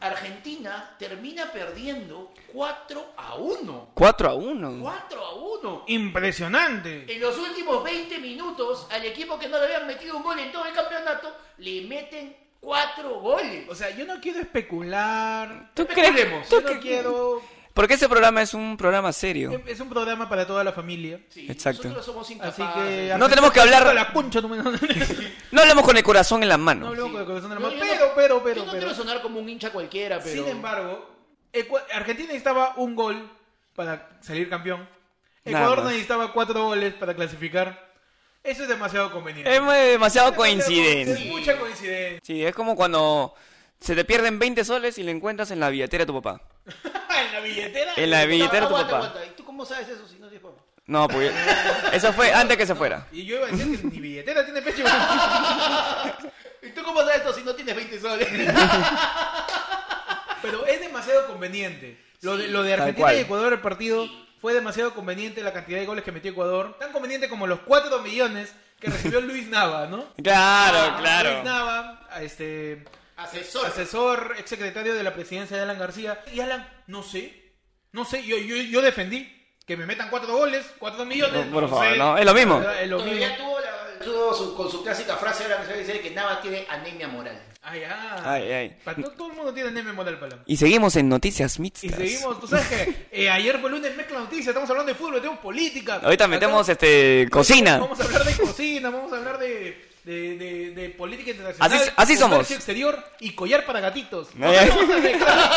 C: Argentina termina perdiendo 4 a 1.
B: 4 a 1.
C: 4 a 1.
A: Impresionante.
C: En los últimos 20 minutos, al equipo que no le habían metido un gol en todo el campeonato, le meten 4 goles.
A: O sea, yo no quiero especular.
B: ¿Tú crees?
A: Especulemos.
B: ¿Tú
A: Yo no
B: qué-
A: quiero.
B: Porque ese programa es un programa serio.
A: Es un programa para toda la familia.
C: Sí,
B: Exacto.
C: Nosotros somos
A: Así
C: incapaces.
A: que.
B: No tenemos que hablar-
A: Con la puncha, no me- no
B: No hablamos con el corazón en las manos.
A: hablamos
C: Sí.
A: con el corazón de la
C: Yo-
A: mano.
C: yo no-
A: Pero, pero, pero,
C: Yo no
A: pero.
C: quiero sonar como un hincha cualquiera, pero.
A: Sin embargo, Ecua- Argentina necesitaba un gol para salir campeón.
B: Nada
A: Ecuador
B: más.
A: necesitaba cuatro goles para clasificar. Eso es demasiado conveniente.
B: Es muy- demasiado
A: Es
B: coincidencia.
A: Es mucha coincidencia.
B: Sí, es como cuando se te pierden 20 soles y le encuentras en la billetera a tu papá.
A: en la billetera.
B: En la billetera de tu
C: aguanta,
B: papá.
C: aguanta. ¿Y tú cómo sabes eso si no tienes papá?
B: No, pues eso fue antes que se fuera.
A: Y yo iba a decir que ni billetera tiene pecho.
C: ¿Y tú cómo sabes esto si no tienes 20 soles?
A: Pero es demasiado conveniente. Lo de, lo de
B: Tal
A: Argentina y
B: cual.
A: Ecuador, el partido, fue demasiado conveniente la cantidad de goles que metió Ecuador. Tan conveniente como los 4 millones que recibió Luis Nava, ¿no? Ah,
B: Claro,
A: Luis
B: claro.
A: Nava, a este,
C: Asesor.
A: asesor, exsecretario de la presidencia de Alan García. Y Alan, no sé, no sé, yo, yo, yo defendí que me metan 4 goles, 4 millones.
B: No, por favor,
A: sé. Ah,
B: no, es lo mismo.
A: Es lo mismo.
C: Todavía tuvo, la- tuvo su- con su clásica frase ahora que dice que Nava tiene anemia moral.
A: Ay,
B: Ay, ay.
A: Para todo, todo el mundo tiene meme moral, Palam.
B: Y seguimos en Noticias Mixtas.
A: Y seguimos, tú sabes que eh, ayer fue lunes mezcla noticias, estamos hablando de fútbol, tenemos política.
B: Ahorita
A: Acá
B: metemos este cocina.
A: Vamos a hablar de cocina, vamos a hablar de, de, de, de política internacional.
B: Así- así
A: comercio
B: somos.
A: exterior y collar para gatitos.
B: Ay, ay.
A: Vamos a mezclar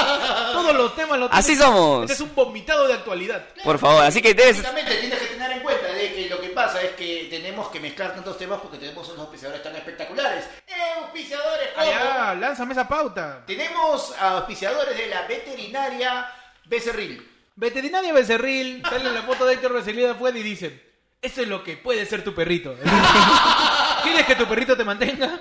A: Todos los temas los
B: Así
A: tenemos.
B: somos.
A: Este es un vomitado de actualidad.
B: Por favor, así que debes...
C: Básicamente tienes que tener en cuenta de que lo que pasa es que tenemos que mezclar tantos temas porque tenemos unos auspiciadores tan espectaculares. ¡Eh, auspiciadores! como-
A: Allá, lánzame esa pauta.
C: Tenemos a auspiciadores de la veterinaria Becerril.
A: Veterinaria Becerril, sale la foto de Héctor Becerril afuera y dicen, eso es lo que puede ser tu perrito. ¿Quieres que tu perrito te mantenga?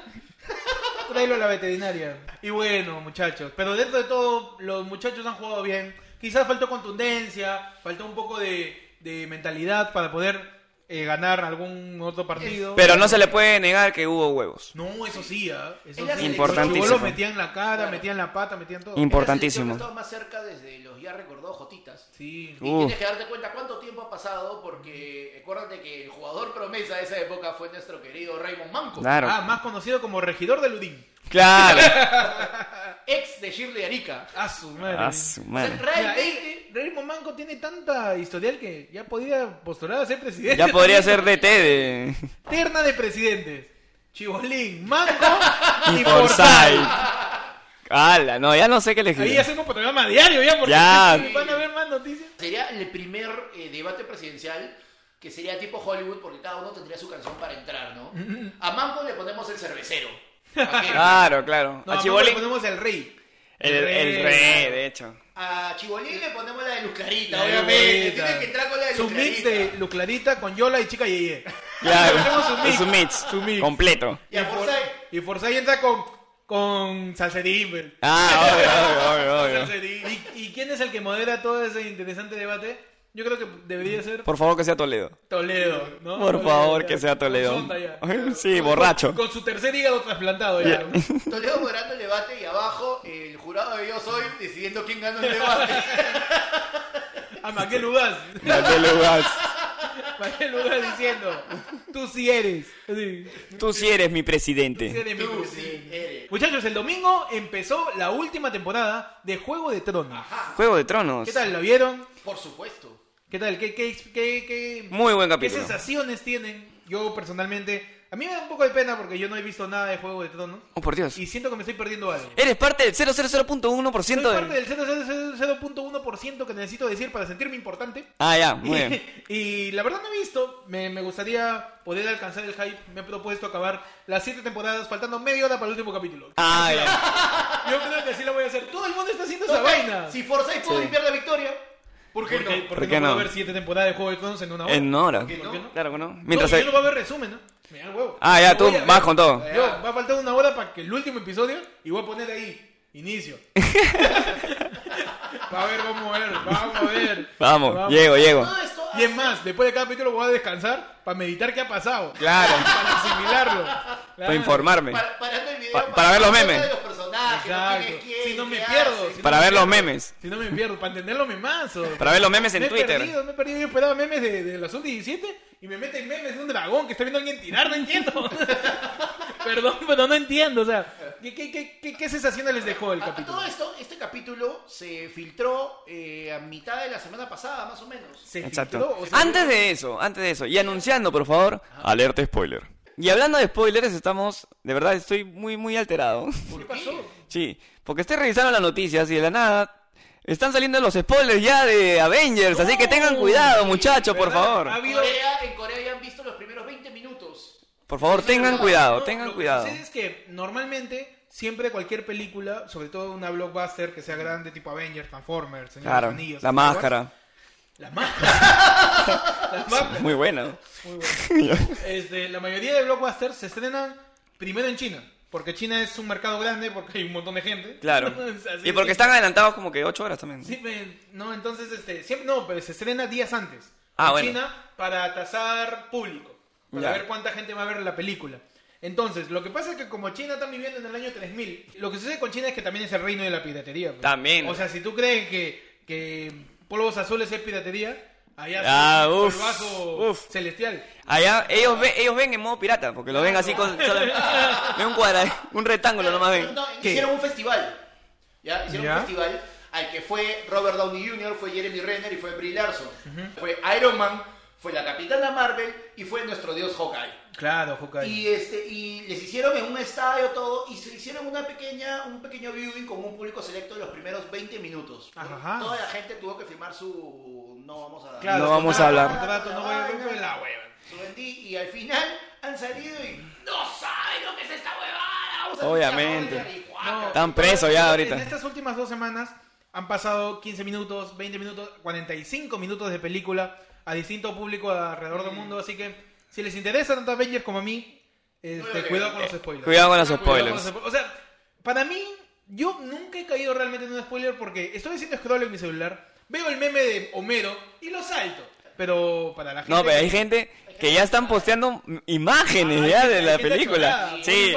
A: Tráelo a la veterinaria. Y bueno, muchachos, pero dentro de todo, los muchachos han jugado bien. Quizás faltó contundencia, faltó un poco de, de mentalidad para poder eh, ganar algún otro partido.
B: Pero no se le puede negar que hubo huevos.
A: No, eso sí, ¿ah? Eso
C: Es la
A: sí.
B: Importantísimo.
A: Los chibolos metían la cara,
C: Claro.
A: metían la pata, metían todo.
B: Importantísimo.
C: Estamos más cerca desde los ya recordados Jotitas.
A: Sí.
C: Y
B: Uh.
C: tienes que darte cuenta cuánto tiempo ha pasado porque acuérdate que el jugador promesa de esa época fue nuestro querido Raymond Manco,
A: Ah,
B: Claro.
A: más conocido como regidor de Ludín.
B: Claro.
C: ex de Shirley Arica.
A: A su madre.
B: A Ah, su
C: O sea,
B: madre.
A: Mira,
C: realmente
A: él- Raymond Manco tiene tanta historial que ya podía postular a ser presidente.
B: Ya podría ser DT de...
A: Terna de presidentes. Chibolín, Manco y
B: Y
A: Forsyth.
B: Forsyth. Ala, no, ya no sé qué
A: Ahí
B: elegir.
A: hacemos programa diario ya porque
B: Ya.
A: van a ver más noticias.
C: sería el primer eh, debate presidencial que sería tipo Hollywood porque cada uno tendría su canción para entrar, ¿no? A Manco le ponemos el cervecero. A
B: Claro, claro.
A: No,
B: A
A: a Manco le
B: Chibolín-
A: ponemos el rey.
B: El, el rey, de hecho.
C: a Chibolín le ponemos la de Luz Clarita,
A: La
C: obviamente.
A: Lolita.
C: Tiene que entrar con la de
A: Su
C: Luz
A: mix
C: Clarita.
A: de Luclarita con Yola y Chica Yeye.
B: Claro.
A: Hacemos un mix.
B: Es un mix.
A: Su mix.
B: Completo.
C: Y a
A: For-
C: Forsyth.
A: Y Forsyth entra con, con Salserín. pues.
B: Ah, obvio, obvio, obvio, obvio.
A: Salserín. ¿Y, ¿Y quién es el que modera todo ese interesante debate? Yo creo que debería ser
B: Por favor, que sea Toledo.
A: Toledo, ¿no?
B: Por
A: Toledo,
B: favor,
A: ya.
B: que sea Toledo.
A: Con sonda ya.
B: Sí, borracho.
A: Con su tercer hígado trasplantado ya.
C: Toledo moderando el debate y abajo el jurado de Yo Soy decidiendo quién gana el debate.
A: A Maquel Ugaz.
B: Marcelo Ugaz.
A: Maquel Ugaz diciendo, tú sí eres. Así.
B: Tú sí eres mi
A: Tú sí
B: presidente.
A: eres mi
C: Tú sí Eh,
A: presidente.
C: eres.
A: Muchachos, el domingo empezó la última temporada de Juego de Tronos.
B: Juego de Tronos.
A: ¿Qué tal? ¿Lo vieron?
C: Por supuesto.
A: ¿Qué tal? ¿Qué, qué, qué, qué-
B: Muy buen
A: qué
B: capítulo.
A: sensaciones tienen? Yo personalmente, a mí me da un poco de pena porque yo no he visto nada de Juego de Tronos
B: Oh, por Dios. Eh,
A: y siento que me estoy perdiendo algo.
B: Eres parte del 000.1%
A: Soy
B: de...
A: parte del 0.1% que necesito decir para sentirme importante.
B: Ah, ya, muy bien.
A: y la verdad no he visto, me, me gustaría poder alcanzar el hype. Me he propuesto acabar las 7 temporadas faltando media hora para el último capítulo.
B: Ah, ya.
A: Yo creo que así lo voy a hacer. Todo el mundo está haciendo esa
C: Ok,
A: vaina.
C: Si Forsyth pudo
B: Sí.
C: limpiar la victoria, ¿por qué no?
A: ¿Por
B: ¿Por
A: qué
B: qué
A: no,
B: no?
A: puedo ver 7 temporadas de Juego de Tronos en una hora?
B: En hora.
C: ¿Por qué no?
B: Claro que no.
A: Mientras
B: Mientras
A: no,
B: hay-
A: yo no va a ver resumen, ¿no? Me da huevo.
B: Ah, ya,
A: Yo
B: tú
A: voy a ver-
B: vas con todo.
A: Yo, va a faltar una hora para que el último episodio y voy a poner ahí, inicio. va a ver, vamos a ver, vamos a ver.
B: Vamos, llego, llego.
C: Todo esto ah,
A: Y es más, después de cada capítulo voy a descansar para meditar qué ha pasado.
B: Claro.
A: Para asimilarlo.
B: Para informarme.
C: para, parando el video.
B: Pa- para ver los
C: hablar
B: memes.
C: De los personajes,
A: Exacto.
C: quién es quién,
A: Si no me
C: qué
A: pierdo.
C: hace.
A: si no
B: Para
A: me
B: ver los
A: pierdo,
B: memes.
A: Si no me pierdo, para entender los memazos.
B: Para ver los memes en
A: me He
B: Twitter.
A: perdido, me he perdido. Yo esperaba memes de, de la Zona 17 y me meten memes de un dragón que está viendo a alguien tirar, no entiendo. Perdón, pero no entiendo. O sea, ¿qué, qué, qué, qué, qué sensaciones les dejó el
C: A- a
A: capítulo?
C: todo esto, este capítulo se filtró eh, a mitad de la semana pasada, más o menos.
A: ¿Se filtró?
B: Exacto.
A: O sea,
B: Antes de eso, antes de eso. Y anunciando, por favor, alerta spoiler. Y hablando de spoilers, estamos... De verdad, estoy muy, muy alterado.
A: ¿Qué pasó?
B: Sí, porque estoy revisando las noticias y de la nada... Están saliendo los spoilers ya de Avengers, así que tengan cuidado, muchachos, por
A: ¿Verdad?
B: favor.
A: Ha habido-
C: Corea, en Corea ya han visto los primeros 20 minutos.
B: Por favor, tengan cuidado,
A: No,
B: tengan
A: lo
B: cuidado.
A: Que sucede es que normalmente, siempre cualquier película, sobre todo una blockbuster que sea grande, tipo Avengers, Transformers, Señor de los
B: Claro,
A: Anillos,
B: la
A: Star Wars,
B: máscara.
A: La máscara. la máscara.
B: Muy buena.
A: Muy bueno. Este, la mayoría de blockbusters se estrenan primero en China. Porque China es un mercado grande, porque hay un montón de gente.
B: Claro.
A: Así
B: Y porque
A: que-
B: están adelantados como que 8 horas también.
A: Sí, me- no, entonces, este, siempre, no, pero se estrena días antes.
B: Ah,
A: en
B: bueno.
A: China para tasar público. Para
B: Ya.
A: ver cuánta gente va a ver la película. Entonces, lo que pasa es que como China está viviendo en el año 3000, lo que sucede con China es que también es el reino de la piratería. pues.
B: También.
A: O sea, si tú crees que, que polvos azules es piratería, allá
B: Ah,
A: sí,
B: uf,
A: polvazo
B: uf.
A: celestial.
B: Allá ellos, ve- ellos ven en modo pirata, porque lo ven así con solamente- ven un cuadra, un rectángulo nomás ven.
C: No,
A: ¿Qué?
C: hicieron un festival. ¿Ya? Hicieron
A: ¿Ya?
C: un festival al que fue Robert Downey Jr., fue Jeremy Renner y fue Brie Larson. Fue Iron Man, fue la Capitana Marvel y fue nuestro dios Hawkeye.
A: Claro, Hawkeye.
C: Y, este, y les hicieron en un estadio todo y se hicieron una pequeña, un pequeño viewing con un público selecto de los primeros 20 minutos.
A: Ajá.
C: Toda la gente tuvo que firmar su... No vamos a...
A: Claro,
B: No vamos a hablar.
A: contrato, no voy a-
C: Vaina.
A: no, la hueva.
C: Su vendí y al final han salido y no saben lo que es esta huevada. Vamos a
B: Obviamente.
C: luchar contra Iguaca.
A: No.
B: Están presos ya ahorita.
A: En estas últimas dos semanas han pasado 15 minutos, 20 minutos, 45 minutos de película a distinto público alrededor del mundo. Así que si les interesa tanto Avengers como a mí, este,
C: que-
A: cuidado con los spoilers.
B: Cuidado con los
A: Cuidado con los
B: spoilers.
A: spo- O sea, para mí, yo nunca he caído realmente en un spoiler porque estoy haciendo scroll en mi celular, veo el meme de Homero y lo salto. Pero para la gente.
B: No, pero
A: que-
B: hay gente que ya están posteando imágenes ya de la película. Sí,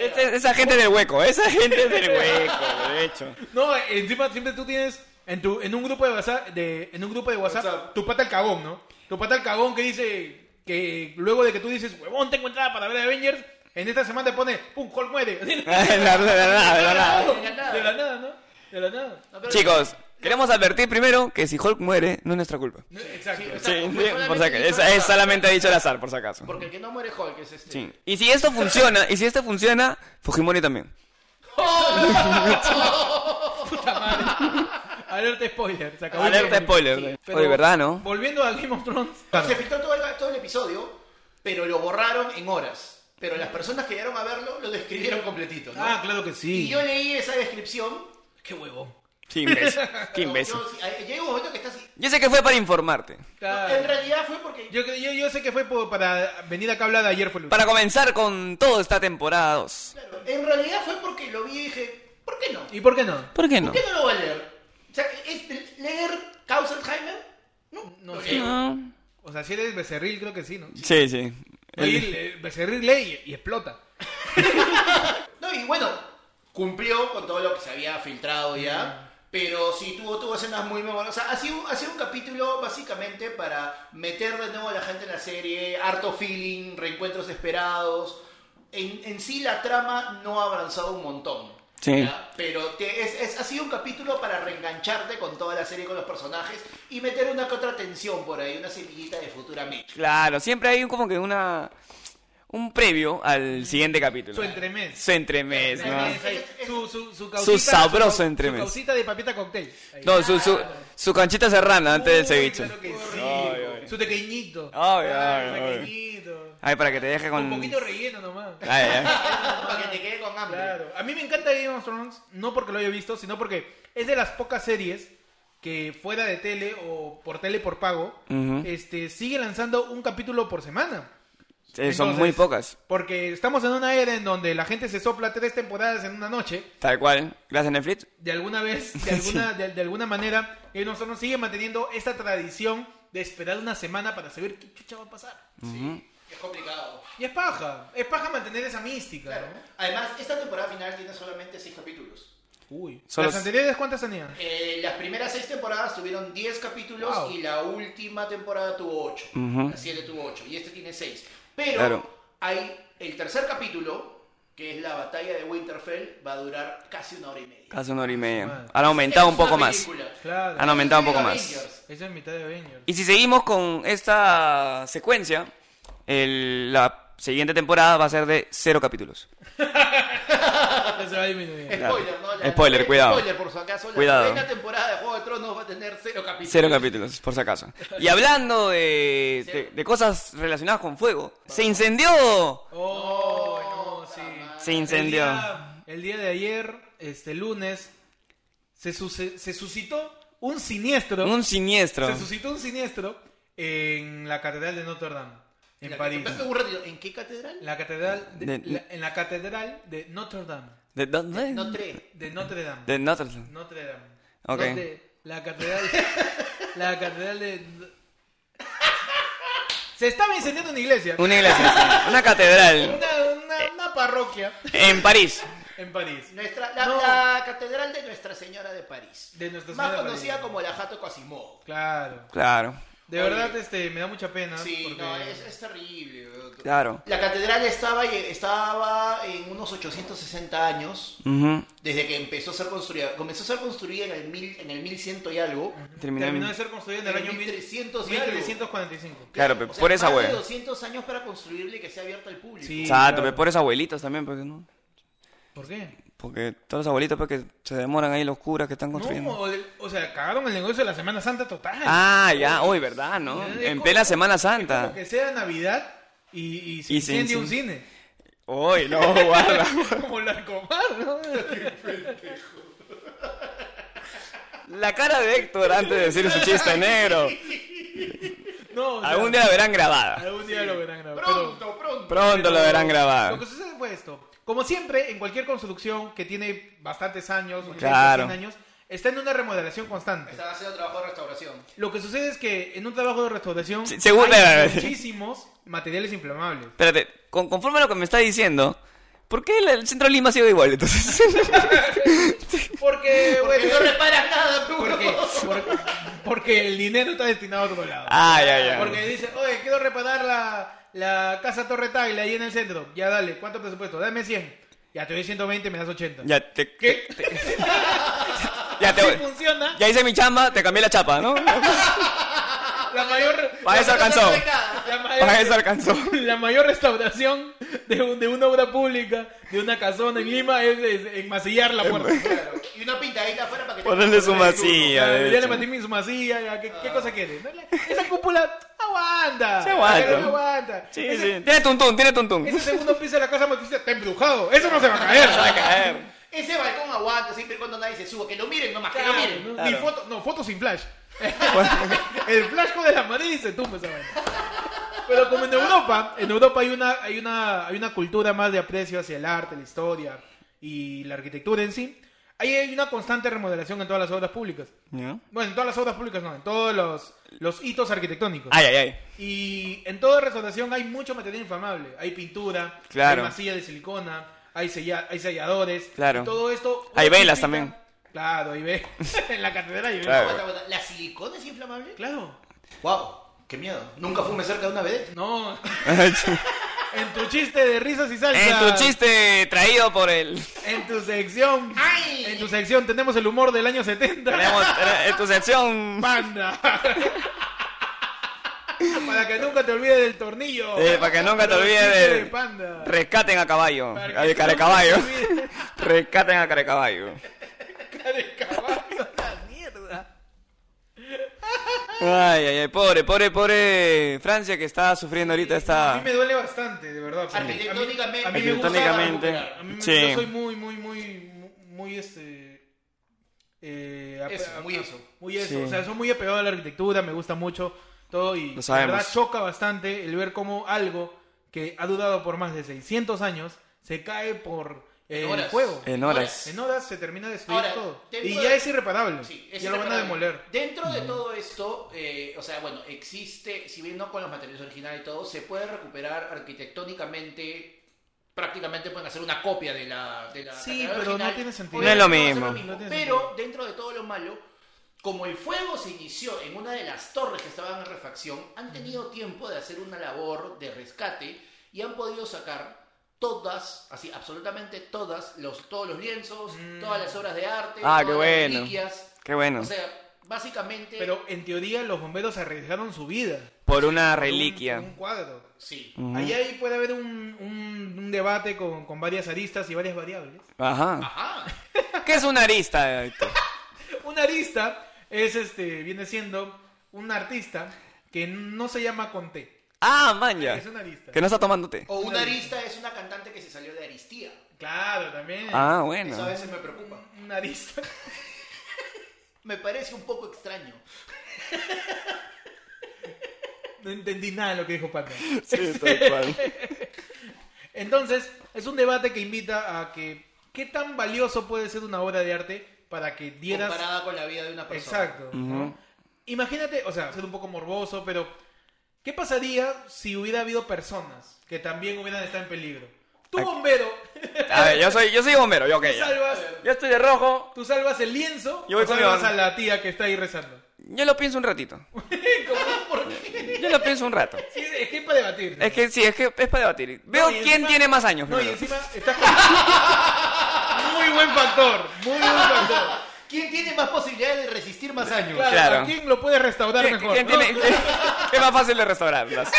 B: Esa- esa gente del hueco, esa gente es del hueco, de hecho.
A: No, encima siempre tú tienes en tu en un grupo de WhatsApp, de- en un grupo de WhatsApp,
C: WhatsApp.
A: tu pata el cagón, ¿no? Tu pata el cagón que dice que luego de que tú dices, "Huevón, tengo entrada para ver Avengers", en esta semana te pone, "Pum, Hulk muere." De
B: De la- de la nada, de la nada.
C: de la nada.
A: De la nada, ¿no? De la nada.
C: No, pero-
B: Chicos, queremos advertir primero que si Hulk muere, no es nuestra culpa.
A: No, Exacto.
C: Sí, o sea,
B: Sí,
C: fue
B: sí, por si acaso.
C: solamente
B: Es,
C: dicho al
B: es
C: azar.
B: solamente dicho al azar, por si acaso.
C: Porque el que no muere Hulk es este.
B: Sí. Y si esto funciona, y si esto funciona, Fujimori también.
A: Puta madre. Alerta spoiler, se acabó. el
B: Alerta
A: capítulo.
B: spoiler.
A: Sí, pero
B: Oye, ¿verdad, no?
A: Volviendo a Game of Thrones.
C: Se filtró todo el, todo el episodio, pero lo borraron en horas. Pero las personas que llegaron a verlo lo describieron completito. ¿no?
A: Ah, claro que
C: Y
A: sí.
C: yo leí esa descripción.
A: Qué huevón.
B: Qué imbécil. Qué
C: yo-
B: imbécil.
C: yo- sí, llega un momento que estás.
B: Yo sé que fue para informarte.
A: Claro.
C: En realidad fue porque.
A: Yo, yo, yo sé que fue por- para venir acá a hablar de ayer fue el
B: Para comenzar con toda esta temporada 2.
C: claro, en realidad fue porque lo vi y dije, ¿por qué no?
A: ¿Y por qué no?
B: ¿Por qué
C: ¿Por qué no lo voy a leer? O sea, es- leer Causenheimer No,
A: No
C: no
A: sé.
C: leo.
B: No.
A: O sea, si eres becerril, creo que sí, ¿no?
B: Sí, sí.
A: Oye,
B: El-
A: le- becerril lee y, y explota.
C: No, y bueno, cumplió con todo lo que se había filtrado ya. Pero sí tuvo, tuvo escenas muy memorables. O sea, ha sido, ha sido un capítulo básicamente para meter de nuevo a la gente en la serie, harto feeling, reencuentros esperados. En, en sí la trama no ha avanzado un montón.
B: Sí.
C: ¿ya? Pero te- es, es- ha sido un capítulo para reengancharte con toda la serie, con los personajes y meter una que otra tensión por ahí, una semillita de futuramente.
B: Claro, siempre hay como que una. Un previo al siguiente capítulo.
A: Su entremés.
B: Su entremés, ¿no?
A: Ahí, ahí, Su, su, su,
B: Su sabroso
A: su cau-
B: entremés.
A: Su causita de papita cóctel. Ahí.
B: No, su, su, su canchita serrana antes del
A: Uy,
B: ceviche.
A: claro que sí.
B: Ay, ay.
A: Su tequeñito.
B: Ay, ay,
A: Claro,
B: ay.
A: tequeñito.
B: Ay, para que te deje con.
A: Un poquito de relleno nomás.
B: Ay, ay.
C: Para que te quede con hambre.
A: Claro. A mí me encanta Game of Thrones, no porque lo haya visto, sino porque es de las pocas series que fuera de tele o por tele por pago,
B: Ujú.
A: este, sigue lanzando un capítulo por semana.
B: Sí, Son
A: Entonces,
B: muy pocas.
A: Porque estamos en una era en donde la gente se sopla tres temporadas en una noche.
B: Tal cual. Gracias, Netflix.
A: De alguna vez, de alguna, de, de alguna manera, Game of Thrones sigue manteniendo esta tradición de esperar una semana para saber qué chucha va a pasar.
C: Sí, es complicado.
A: Y es paja, es paja mantener esa mística,
C: Claro.
A: ¿no?
C: Además, esta temporada final tiene solamente 6 capítulos.
A: Uy.
B: Solo-
A: ¿Las anteriores cuántas tenían?
C: Eh, las primeras 6 temporadas tuvieron 10 capítulos
A: Wow.
C: y la última temporada tuvo 8.
B: Ujú.
C: La 7 tuvo 8 y este tiene 6. Pero
B: Claro.
C: hay el tercer capítulo, que es la batalla de Winterfell, va a durar casi una hora y media.
B: Casi una hora y media.
A: Madre.
B: Han aumentado
C: Es
B: un
C: una
B: poco más.
C: película.
A: Claro.
B: Han aumentado un
C: Es
B: poco
C: Avengers.
B: más.
A: Esa es mitad de Avengers.
B: Ah, Y si seguimos con esta secuencia, el- la siguiente temporada va a ser de cero capítulos.
A: Ya se va
B: Eh.
A: disminuyendo.
C: Spoiler, ¿no? La-
B: Spoiler,
C: eh,
B: cuidado.
C: Spoiler, por si acaso. La
B: Cuidado.
C: primera temporada de Juego de Tronos va a tener 0 capítulos.
B: Cero capítulos, por si acaso. Y hablando de, de- de cosas relacionadas con fuego, ¡se incendió!
A: Oh, no, sí.
B: Se incendió.
A: El día, el día de ayer, este lunes, se, suce- se suscitó un siniestro.
B: Un siniestro.
A: Se suscitó un siniestro en la Catedral de Notre Dame, en
C: La-
A: París.
C: Un ratito, ¿En qué catedral?
A: La catedral de-
B: De-
A: la- en la Catedral de Notre Dame.
B: ¿De dónde?
C: Notre.
A: De Notre Dame.
B: De Notre-
A: Notre Dame.
B: Ok.
A: Donde la catedral. la catedral de. Se estaba incendiando una iglesia.
B: Una iglesia, sí. una catedral
A: Una, una, una parroquia
B: en París.
A: en París.
C: Nuestra, la,
A: No.
C: la catedral de Nuestra Señora de París.
A: De Nuestra
C: Más
A: Señora de
C: conocida
A: París.
C: como la Jato Quasimodo.
A: Claro.
B: Claro,
A: De
C: Oye.
A: verdad, este, me da mucha pena.
C: Sí,
A: porque-
C: no, es, es terrible. weón.
B: claro.
C: La catedral estaba, estaba en unos 860 años,
B: Ujú.
C: desde que empezó a ser construida. Comenzó a ser construida en el, mil, en el 1100 y algo.
B: Terminé-
A: Terminó de ser construida en el año
C: 1300 y algo.
A: 1345.
B: Claro, pe- por esa
C: más
B: hueá.
C: de 200 años para construirle y que sea abierta al público.
A: Sí.
B: Exacto,
A: claro.
B: pe, pobres abuelitos también, porque no.
A: ¿Por qué?
B: Porque todos los abuelitos porque se demoran ahí los curas que están construyendo.
A: No, o, de- o sea, cagaron el negocio de la Semana Santa total.
B: Ah, ya, hoy, ¿verdad? ¿No?
A: Es
B: En
A: como-
B: plena Semana
A: es
B: Santa.
A: como que sea Navidad y, y se
B: Y se
A: incendia un cine.
B: Hoy, no, guarda.
A: Como la comar, ¿no?
B: La cara de Héctor antes de decir su chiste negro.
A: No, o sea,
B: Algún día la verán grabada.
A: algún día lo verán grabado.
C: Pronto,
A: pero-
C: pronto.
B: Pronto lo verán
A: Lo
B: grabada.
A: que sucede fue esto. Como siempre, en cualquier construcción que tiene bastantes años, 80,
B: Claro.
A: 100 años, está en una remodelación constante.
C: Estaba haciendo trabajo de restauración.
A: Lo que sucede es que en un trabajo de restauración
B: Sí, seguro-
A: hay muchísimos materiales inflamables.
B: Espérate, con- conforme a lo que me está diciendo, ¿por qué el, el centro de Lima ha sido igual entonces?
A: Porque,
C: Porque no
A: bueno,
C: reparas nada, tú.
A: porque, porque- porque el dinero está destinado a otro lado.
B: ah, ya, ya.
A: Porque dice, oye, quiero reparar la, la casa Torre Tagle ahí en el centro. Ya dale, ¿cuánto presupuesto? Dame 100. Ya te doy 120, me das 80.
B: Ya te.
A: ¿Qué?
B: Ya
A: Así
B: te
A: funciona.
B: Ya hice mi chamba, te cambié la chapa, ¿no?
A: La mayor,
B: Para eso alcanzó.
A: la mayor-
B: Para eso alcanzó.
A: la mayor restauración de, un- de una obra pública, de una casona en Lima, es, es enmasillar la puerta.
C: Claro. Y una pintadita afuera para que te-
B: Ponerle su
A: Ya,
B: masilla. de
A: ya le
B: hecho.
A: metí mi su masilla, ya, ¿qué, qué cosa quieres? No, la- Esa cúpula aguanta.
B: Se aguanta.
A: Esa no aguanta.
B: Sí,
A: ese,
B: sí. Tiene tuntún, tiene tuntún.
A: ese segundo piso de la casa matriz está embrujado. Eso no se va a caer.
B: Va a caer.
C: Ese balcón aguanta siempre y cuando nadie se suba. Que lo miren nomás, que
A: Claro,
C: lo miren.
A: ¿no?
B: Claro.
A: Ni foto, no, fotos sin flash. el flash de la madera y se tumba esa vaina. Pero como en Europa, en Europa hay una, hay una, hay una cultura más de aprecio hacia el arte, la historia y la arquitectura en sí. Ahí hay una constante remodelación en todas las obras públicas.
B: ¿Ya?
A: Bueno, en todas las obras públicas no, en todos los, los hitos arquitectónicos.
B: Ay, ay, ay.
A: Y en toda restauración hay mucho material inflamable. Hay pintura,
B: Claro.
A: hay masilla de silicona, hay, sella- hay selladores.
B: Claro.
A: y todo esto.
B: Hay
A: una
B: velas
A: típica-
B: también.
A: Claro, hay velas. en la catedral hay velas.
B: Claro.
C: Aguanta, aguanta. ¿La silicona es inflamable?
A: Claro.
C: ¡Wow! ¡Qué miedo! Nunca fume cerca de una vedette.
A: No. en tu chiste de risas y salsa.
B: En tu chiste traído por el...
A: En tu sección.
C: ¡Ay!
A: En tu sección tenemos el humor del año 70.
B: Tenemos eh, en tu sección...
A: Panda. Para que nunca te olvides del tornillo.
B: eh, para que nunca te
A: Los
B: olvides
A: chistes
B: del-
A: Panda.
B: Rescaten a caballo.
A: Para que
B: A
A: nunca
B: carecaballo.
A: te olvides.
B: Rescaten a carecaballo.
A: de caballo, la mierda.
B: Ay, ay, ay. Pobre, pobre, pobre Francia que está sufriendo ahorita
A: A
B: esta...
A: mí me duele bastante, de verdad. porque a mí-
C: Arquitectónicamente.
A: a mí me gusta
B: Arquitectónicamente,
A: recuperar. A mí me-
B: sí.
A: Yo soy muy, muy, muy, muy este. eh, ape-
C: Eso, muy eso.
A: Muy eso.
B: Sí.
A: O sea, soy muy apegado a la arquitectura, me gusta mucho todo y
B: Lo sabemos.
A: la verdad choca bastante el ver cómo algo que ha durado por más de 600 años se cae por eh,
C: En
A: el
C: horas.
A: fuego.
B: En horas.
A: En horas se termina de destruir
C: Ahora,
A: todo.
C: dentro
A: Y
C: de-
A: ya es irreparable.
C: Sí, es
A: ya lo van a
C: irreparable.
A: demoler.
C: Dentro de todo esto, eh, o sea, bueno, existe, si bien no con los materiales originales y todo, se puede recuperar arquitectónicamente. Prácticamente pueden hacer una copia de la. De la
A: Sí,
C: catedral
A: pero no
C: original.
A: tiene sentido.
B: No es lo
C: Obviamente va a ser
B: mismo.
A: No tiene
C: pero
A: sentido.
C: dentro de todo lo malo, como el fuego se inició en una de las torres que estaban en refacción, han tenido tiempo de hacer una labor de rescate y han podido sacar todas, así absolutamente todas, los, todos los lienzos,
A: Mm.
C: todas las obras de arte,
B: Ah, qué
C: todas las
B: bueno.
C: reliquias.
B: Qué bueno.
C: O sea, básicamente.
A: Pero en teoría los bomberos arriesgaron su vida.
B: Por una
A: por un-
B: reliquia.
A: por Un, cuadro.
C: Sí.
B: Mm.
A: Ahí, ahí puede haber un, un- un debate con, con varias aristas y varias variables.
B: Ajá.
C: Ajá.
B: ¿Qué es una arista? Héctor?
A: Una arista es este, viene siendo un artista que no se llama con T.
B: Ah, manja.
A: Es una arista. Oh,
B: Que no está tomando té.
C: O una arista es una cantante que se salió de Aristía.
A: Claro, también.
B: Ah,
C: Eso a
B: bueno.
C: veces me preocupa.
A: Un arista.
C: Me parece un poco extraño.
A: No entendí nada de lo que dijo Panda.
B: Sí, tal cual.
A: Entonces, es un debate que invita a que qué tan valioso puede ser una obra de arte para que dieras...
C: Comparada con la vida de una persona.
A: Exacto. ¿no? Imagínate, o sea, ser un poco morboso, pero ¿qué pasaría si hubiera habido personas que también hubieran estado en peligro? Tú, bombero,
B: A ver, yo soy, yo soy bombero, yo ok. ya.
A: salvas,
B: Yo estoy de rojo.
A: tú salvas el lienzo,
B: Yo voy
A: o
B: con mi
A: salvas
B: barba.
A: a la tía que está ahí rezando.
B: Yo lo pienso un ratito.
A: ¿Cómo? ¿Por qué?
B: Yo lo pienso un rato.
A: Sí, es que es para debatir. ¿no?
B: Es que sí, es que es para debatir. Veo
A: No, y
B: quién
A: encima-
B: tiene más años.
A: No, y
B: primero.
A: encima estás con- Muy buen factor, muy buen factor.
C: ¿Quién tiene más posibilidades de resistir más años?
A: Claro,
B: Claro.
A: ¿a quién lo puede restaurar
B: ¿Quién-
A: mejor?
B: quién
A: ¿no?
B: tiene- es más fácil de restaurar? ¿La,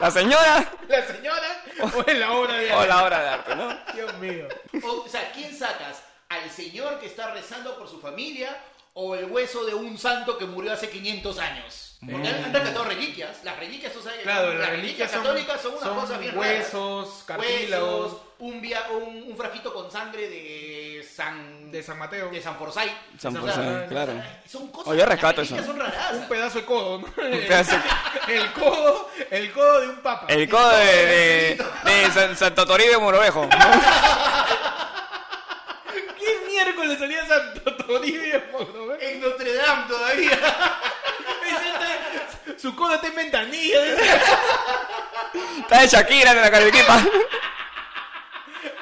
B: la señora
A: ¿La señora o es la obra de
B: o
A: arte?
B: la obra de arte, no?
A: Dios mío.
C: O, o sea, ¿quién sacas? ¿Al señor que está rezando por su familia o el hueso de un santo que murió hace 500 años? Porque han han rescatado reliquias. Las reliquias, tú sabes que
A: Claro,
C: son-
A: las reliquias son-
C: católicas son, una
A: son
C: cosa bien
A: huesos,
C: rara.
A: cartílagos.
C: Huesos, un, via- un, un frasquito con sangre de San...
A: De San Mateo.
C: de San Forsyth.
B: San
C: O sea,
B: Forsyth, claro.
C: Son cosas...
B: Oh, yo rescato
C: las reliquias
B: eso.
C: son raras.
A: Ah, Un pedazo de codo, ¿no?
B: pedazo
A: El codo, el codo de un papa.
B: El codo de, de, de San- Santo Toribio de Morovejo.
A: ¿Qué miércoles sería Santo Toribio? mano, eh?
C: En Notre Dame todavía.
A: Es este- su codo está en ventanilla. dice.
B: Está de Shakira en la carioquipa.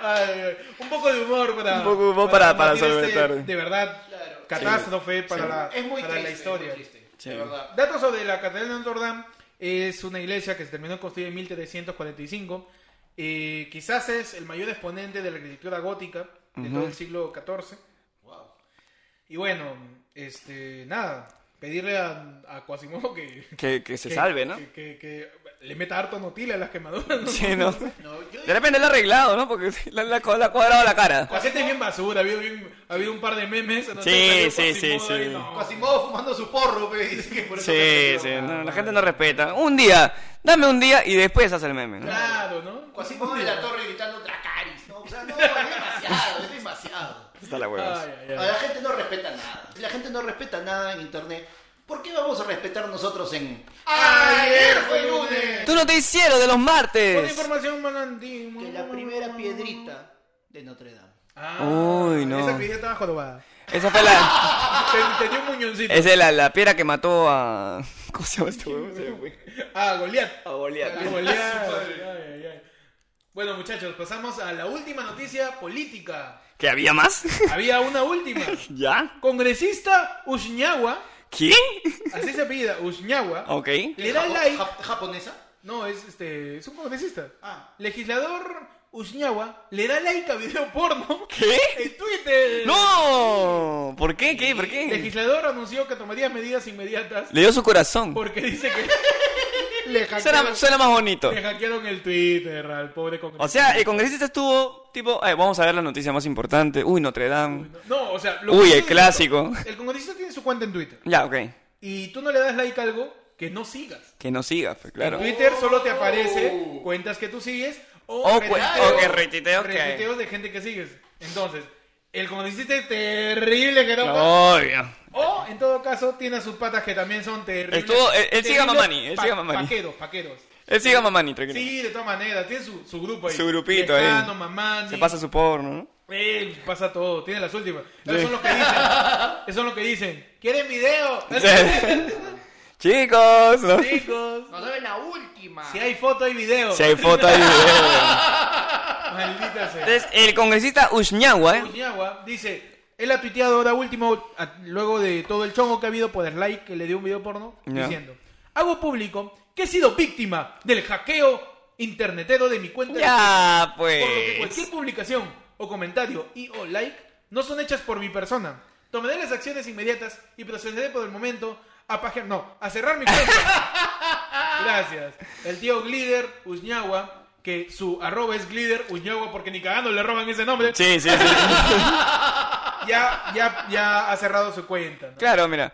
A: Ay, ay. un poco de humor para.
B: Un poco de humor para- para
A: combatir este,
B: solventar.
A: de verdad,
C: Claro.
A: catástrofe para, la,
C: es muy
A: para
C: triste,
A: la historia.
C: es muy triste, de verdad.
A: Datos sobre la Catedral de Notre Dame. Es una iglesia que se terminó de construir en 1345. Eh, quizás es el mayor exponente de la arquitectura gótica de todo el siglo XIV.
C: Wow.
A: Y bueno, este, nada, pedirle a, a Quasimodo que,
B: Que, que se
A: que-
B: salve, ¿no?
A: Que, que- que le meta harto notila a las quemaduras. ¿no?
B: Sí, ¿no?
C: No, yo
B: De repente lo ha arreglado, ¿no? Porque le ha cuadrado la cara.
A: La gente es bien basura, ha habido, bien- ha habido un par de memes. donde
B: Sí,
A: salió
B: sí,
A: Quasimodo
B: sí,
A: ahí,
B: sí.
A: no.
C: Quasimodo fumando su porro, pe, dice que por
B: Sí,
C: eso perdió.
B: sí,
A: ah,
B: no, la gente no respeta. Un día, dame un día y después hace el meme. ¿no?
A: Claro, ¿no?
C: Quasimodo de la torre gritando Dracaris, ¿no? O sea, no, es demasiado, es demasiado.
B: Está la hueva.
A: Ay, ay, ay.
C: A la gente no respeta nada. Si la gente no respeta nada en internet, ¿por qué vamos a respetar nosotros en... ¡Ayer fue lunes!
B: Tú no te hicieron de los
A: Con
B: martes.
A: información más antigua.
C: Que la primera piedrita de Notre Dame
B: Uy, no.
A: Ah, Esa que ya estaba jorobada.
B: Esa fue la.
A: Ten- Tenía un muñoncito.
B: Esa es la, la piedra que mató a. ¿Cómo se llama este huevón? Se me fue.
A: Ah, Goliat.
B: A Oh, Goliat.
A: Ah, Goliat. Ay, ay, ay. Bueno, muchachos, pasamos a la última noticia política.
B: ¿Que había más?
A: Había una última.
B: ¿Ya?
A: Congresista Ushñagua,
B: ¿Quién?
A: así se apellida, Ushñagua,
B: Ok.
A: le da like.
C: ¿Japonesa?
A: No, es este. Es un congresista.
C: Ah.
A: Legislador Ushñagua le da like a video porno
B: ¿Qué?
A: en Twitter.
B: ¡No! ¿Por qué? ¿Qué? ¿Por
A: El
B: qué?
A: legislador anunció que tomaría medidas inmediatas
B: Le dio su corazón.
A: porque dice que
D: Le
B: Suena, suena más bonito.
A: le hackearon el Twitter al pobre
B: O
A: congresista.
B: sea, el congresista estuvo tipo, "Ay, vamos a ver la noticia más importante. Uy, Notre Dame.
A: no, o sea, lo
B: Uy,
A: que
B: el
A: yo digo,
B: clásico.
A: El congresista tiene su cuenta en Twitter
B: Ya, ok.
A: y tú no le das like a algo que no sigas.
B: Que no siga, pues, claro.
A: En Twitter solo te aparece cuentas que tú sigues o,
B: O cu-
A: retuiteos-
B: o que retuiteos que-
A: retuiteos de gente que sigues. Entonces, el congresista es terrible que no.
B: Obvio.
A: O, en todo caso, tiene a sus patas que también son terribles.
B: Estuvo- él- él sigue a
A: terribles
B: Mamani, él sigue a Mamani.
A: Paqueros, paqueros.
B: Él siga mamani, tranquilo.
A: Sí, de todas maneras, tiene su, su grupo ahí.
B: Su grupito ahí.
A: Lescano, Mamani.
B: Se pasa su porno, ¿no?
A: Él pasa todo, tiene las últimas.
B: Sí.
A: Esos son los que dicen. Esos son los que dicen. ¿Quieren video?
B: Chicos, ¿no?
A: Chicos.
E: Nos deben la última.
A: Si hay foto, hay video.
B: Si hay foto, ¿eh? hay video.
A: Maldita sea.
B: Entonces, el congresista Ushñahua, ¿eh?
A: Uñagua dice, él ha tuiteado ahora último, a- luego de todo el chongo que ha habido por el like que le dio un video porno,
B: Ya.
A: diciendo, hago público que he sido víctima del hackeo internetero de mi cuenta. de
B: Ya,
A: Twitter, por lo que
B: pues.
A: cualquier publicación o comentario y o like no son hechas por mi persona. Tomaré las acciones inmediatas y procederé por el momento a pajear, no, a cerrar mi cuenta. Gracias. El tío Glider Uñagua, que su arroba es Glider Uñagua porque ni cagando le roban ese nombre
B: Sí, sí, sí.
A: ya, ya, ya ha cerrado su cuenta. ¿no?
B: Claro, mira.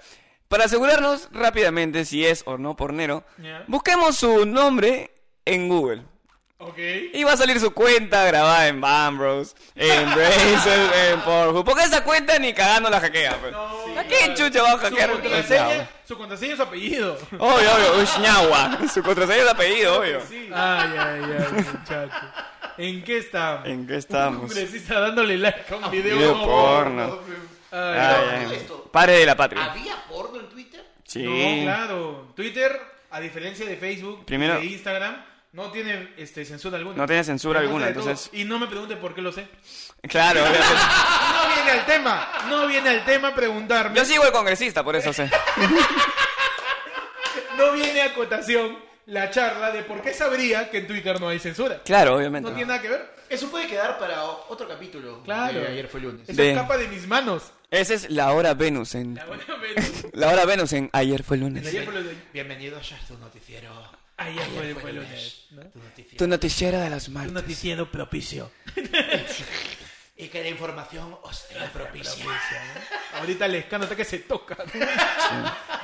B: Para asegurarnos rápidamente si es o no pornero,
A: Ya.
B: busquemos su nombre en Google.
A: Ok.
B: Y va a salir su cuenta grabada en Bambros, en Brazos, en Pornhub. Porque esa cuenta ni cagando la hackea. pues. ¿A quién chucha va a
A: Su
B: hackear?
A: contraseña, su contraseña es su apellido.
B: Obvio, obvio, Ushñahua. Su contraseña es apellido, obvio.
A: Ay, ay, ay, muchacho. ¿En qué estamos?
B: ¿En qué
A: Un
B: estamos?
A: congresista dándole like a un video,
B: Pues- Ah, video
A: no,
B: porno.
A: Ay, Ah,
B: Ay,
C: ¿qué
B: ay.
C: es esto?
B: Padre de la patria.
C: ¿Había porno en Twitter?
B: Sí.
A: No, claro. Twitter, a diferencia de Facebook
B: Primero-
A: y de Instagram, no tiene este, censura alguna.
B: No tiene censura
A: Te
B: alguna,
A: muestra de todo.
B: entonces-
A: Y no me pregunte por qué lo sé.
B: Claro, gracias.
A: No viene al tema. No viene al tema preguntarme.
B: Yo sigo el congresista, por eso sé.
A: No viene a cotación la charla de por qué sabría que en Twitter no hay censura.
B: Claro, obviamente.
A: No tiene nada que ver.
C: Eso puede quedar para o- otro capítulo.
A: Claro.
C: Eh, ayer fue lunes.
A: Eso
B: De-
A: escapa de mis manos.
B: Esa es la hora Venus en. La hora Venus en ayer fue lunes.
A: Ayer fue lo de-
C: Bienvenido a tu noticiero.
A: Ayer fue el fue el lunes.
C: lunes, Tu noticiero.
B: Tu noticiero de las martes.
A: noticiero propicio.
C: Y que la información os sea propicia.
A: Ahorita el escándalo que se toca.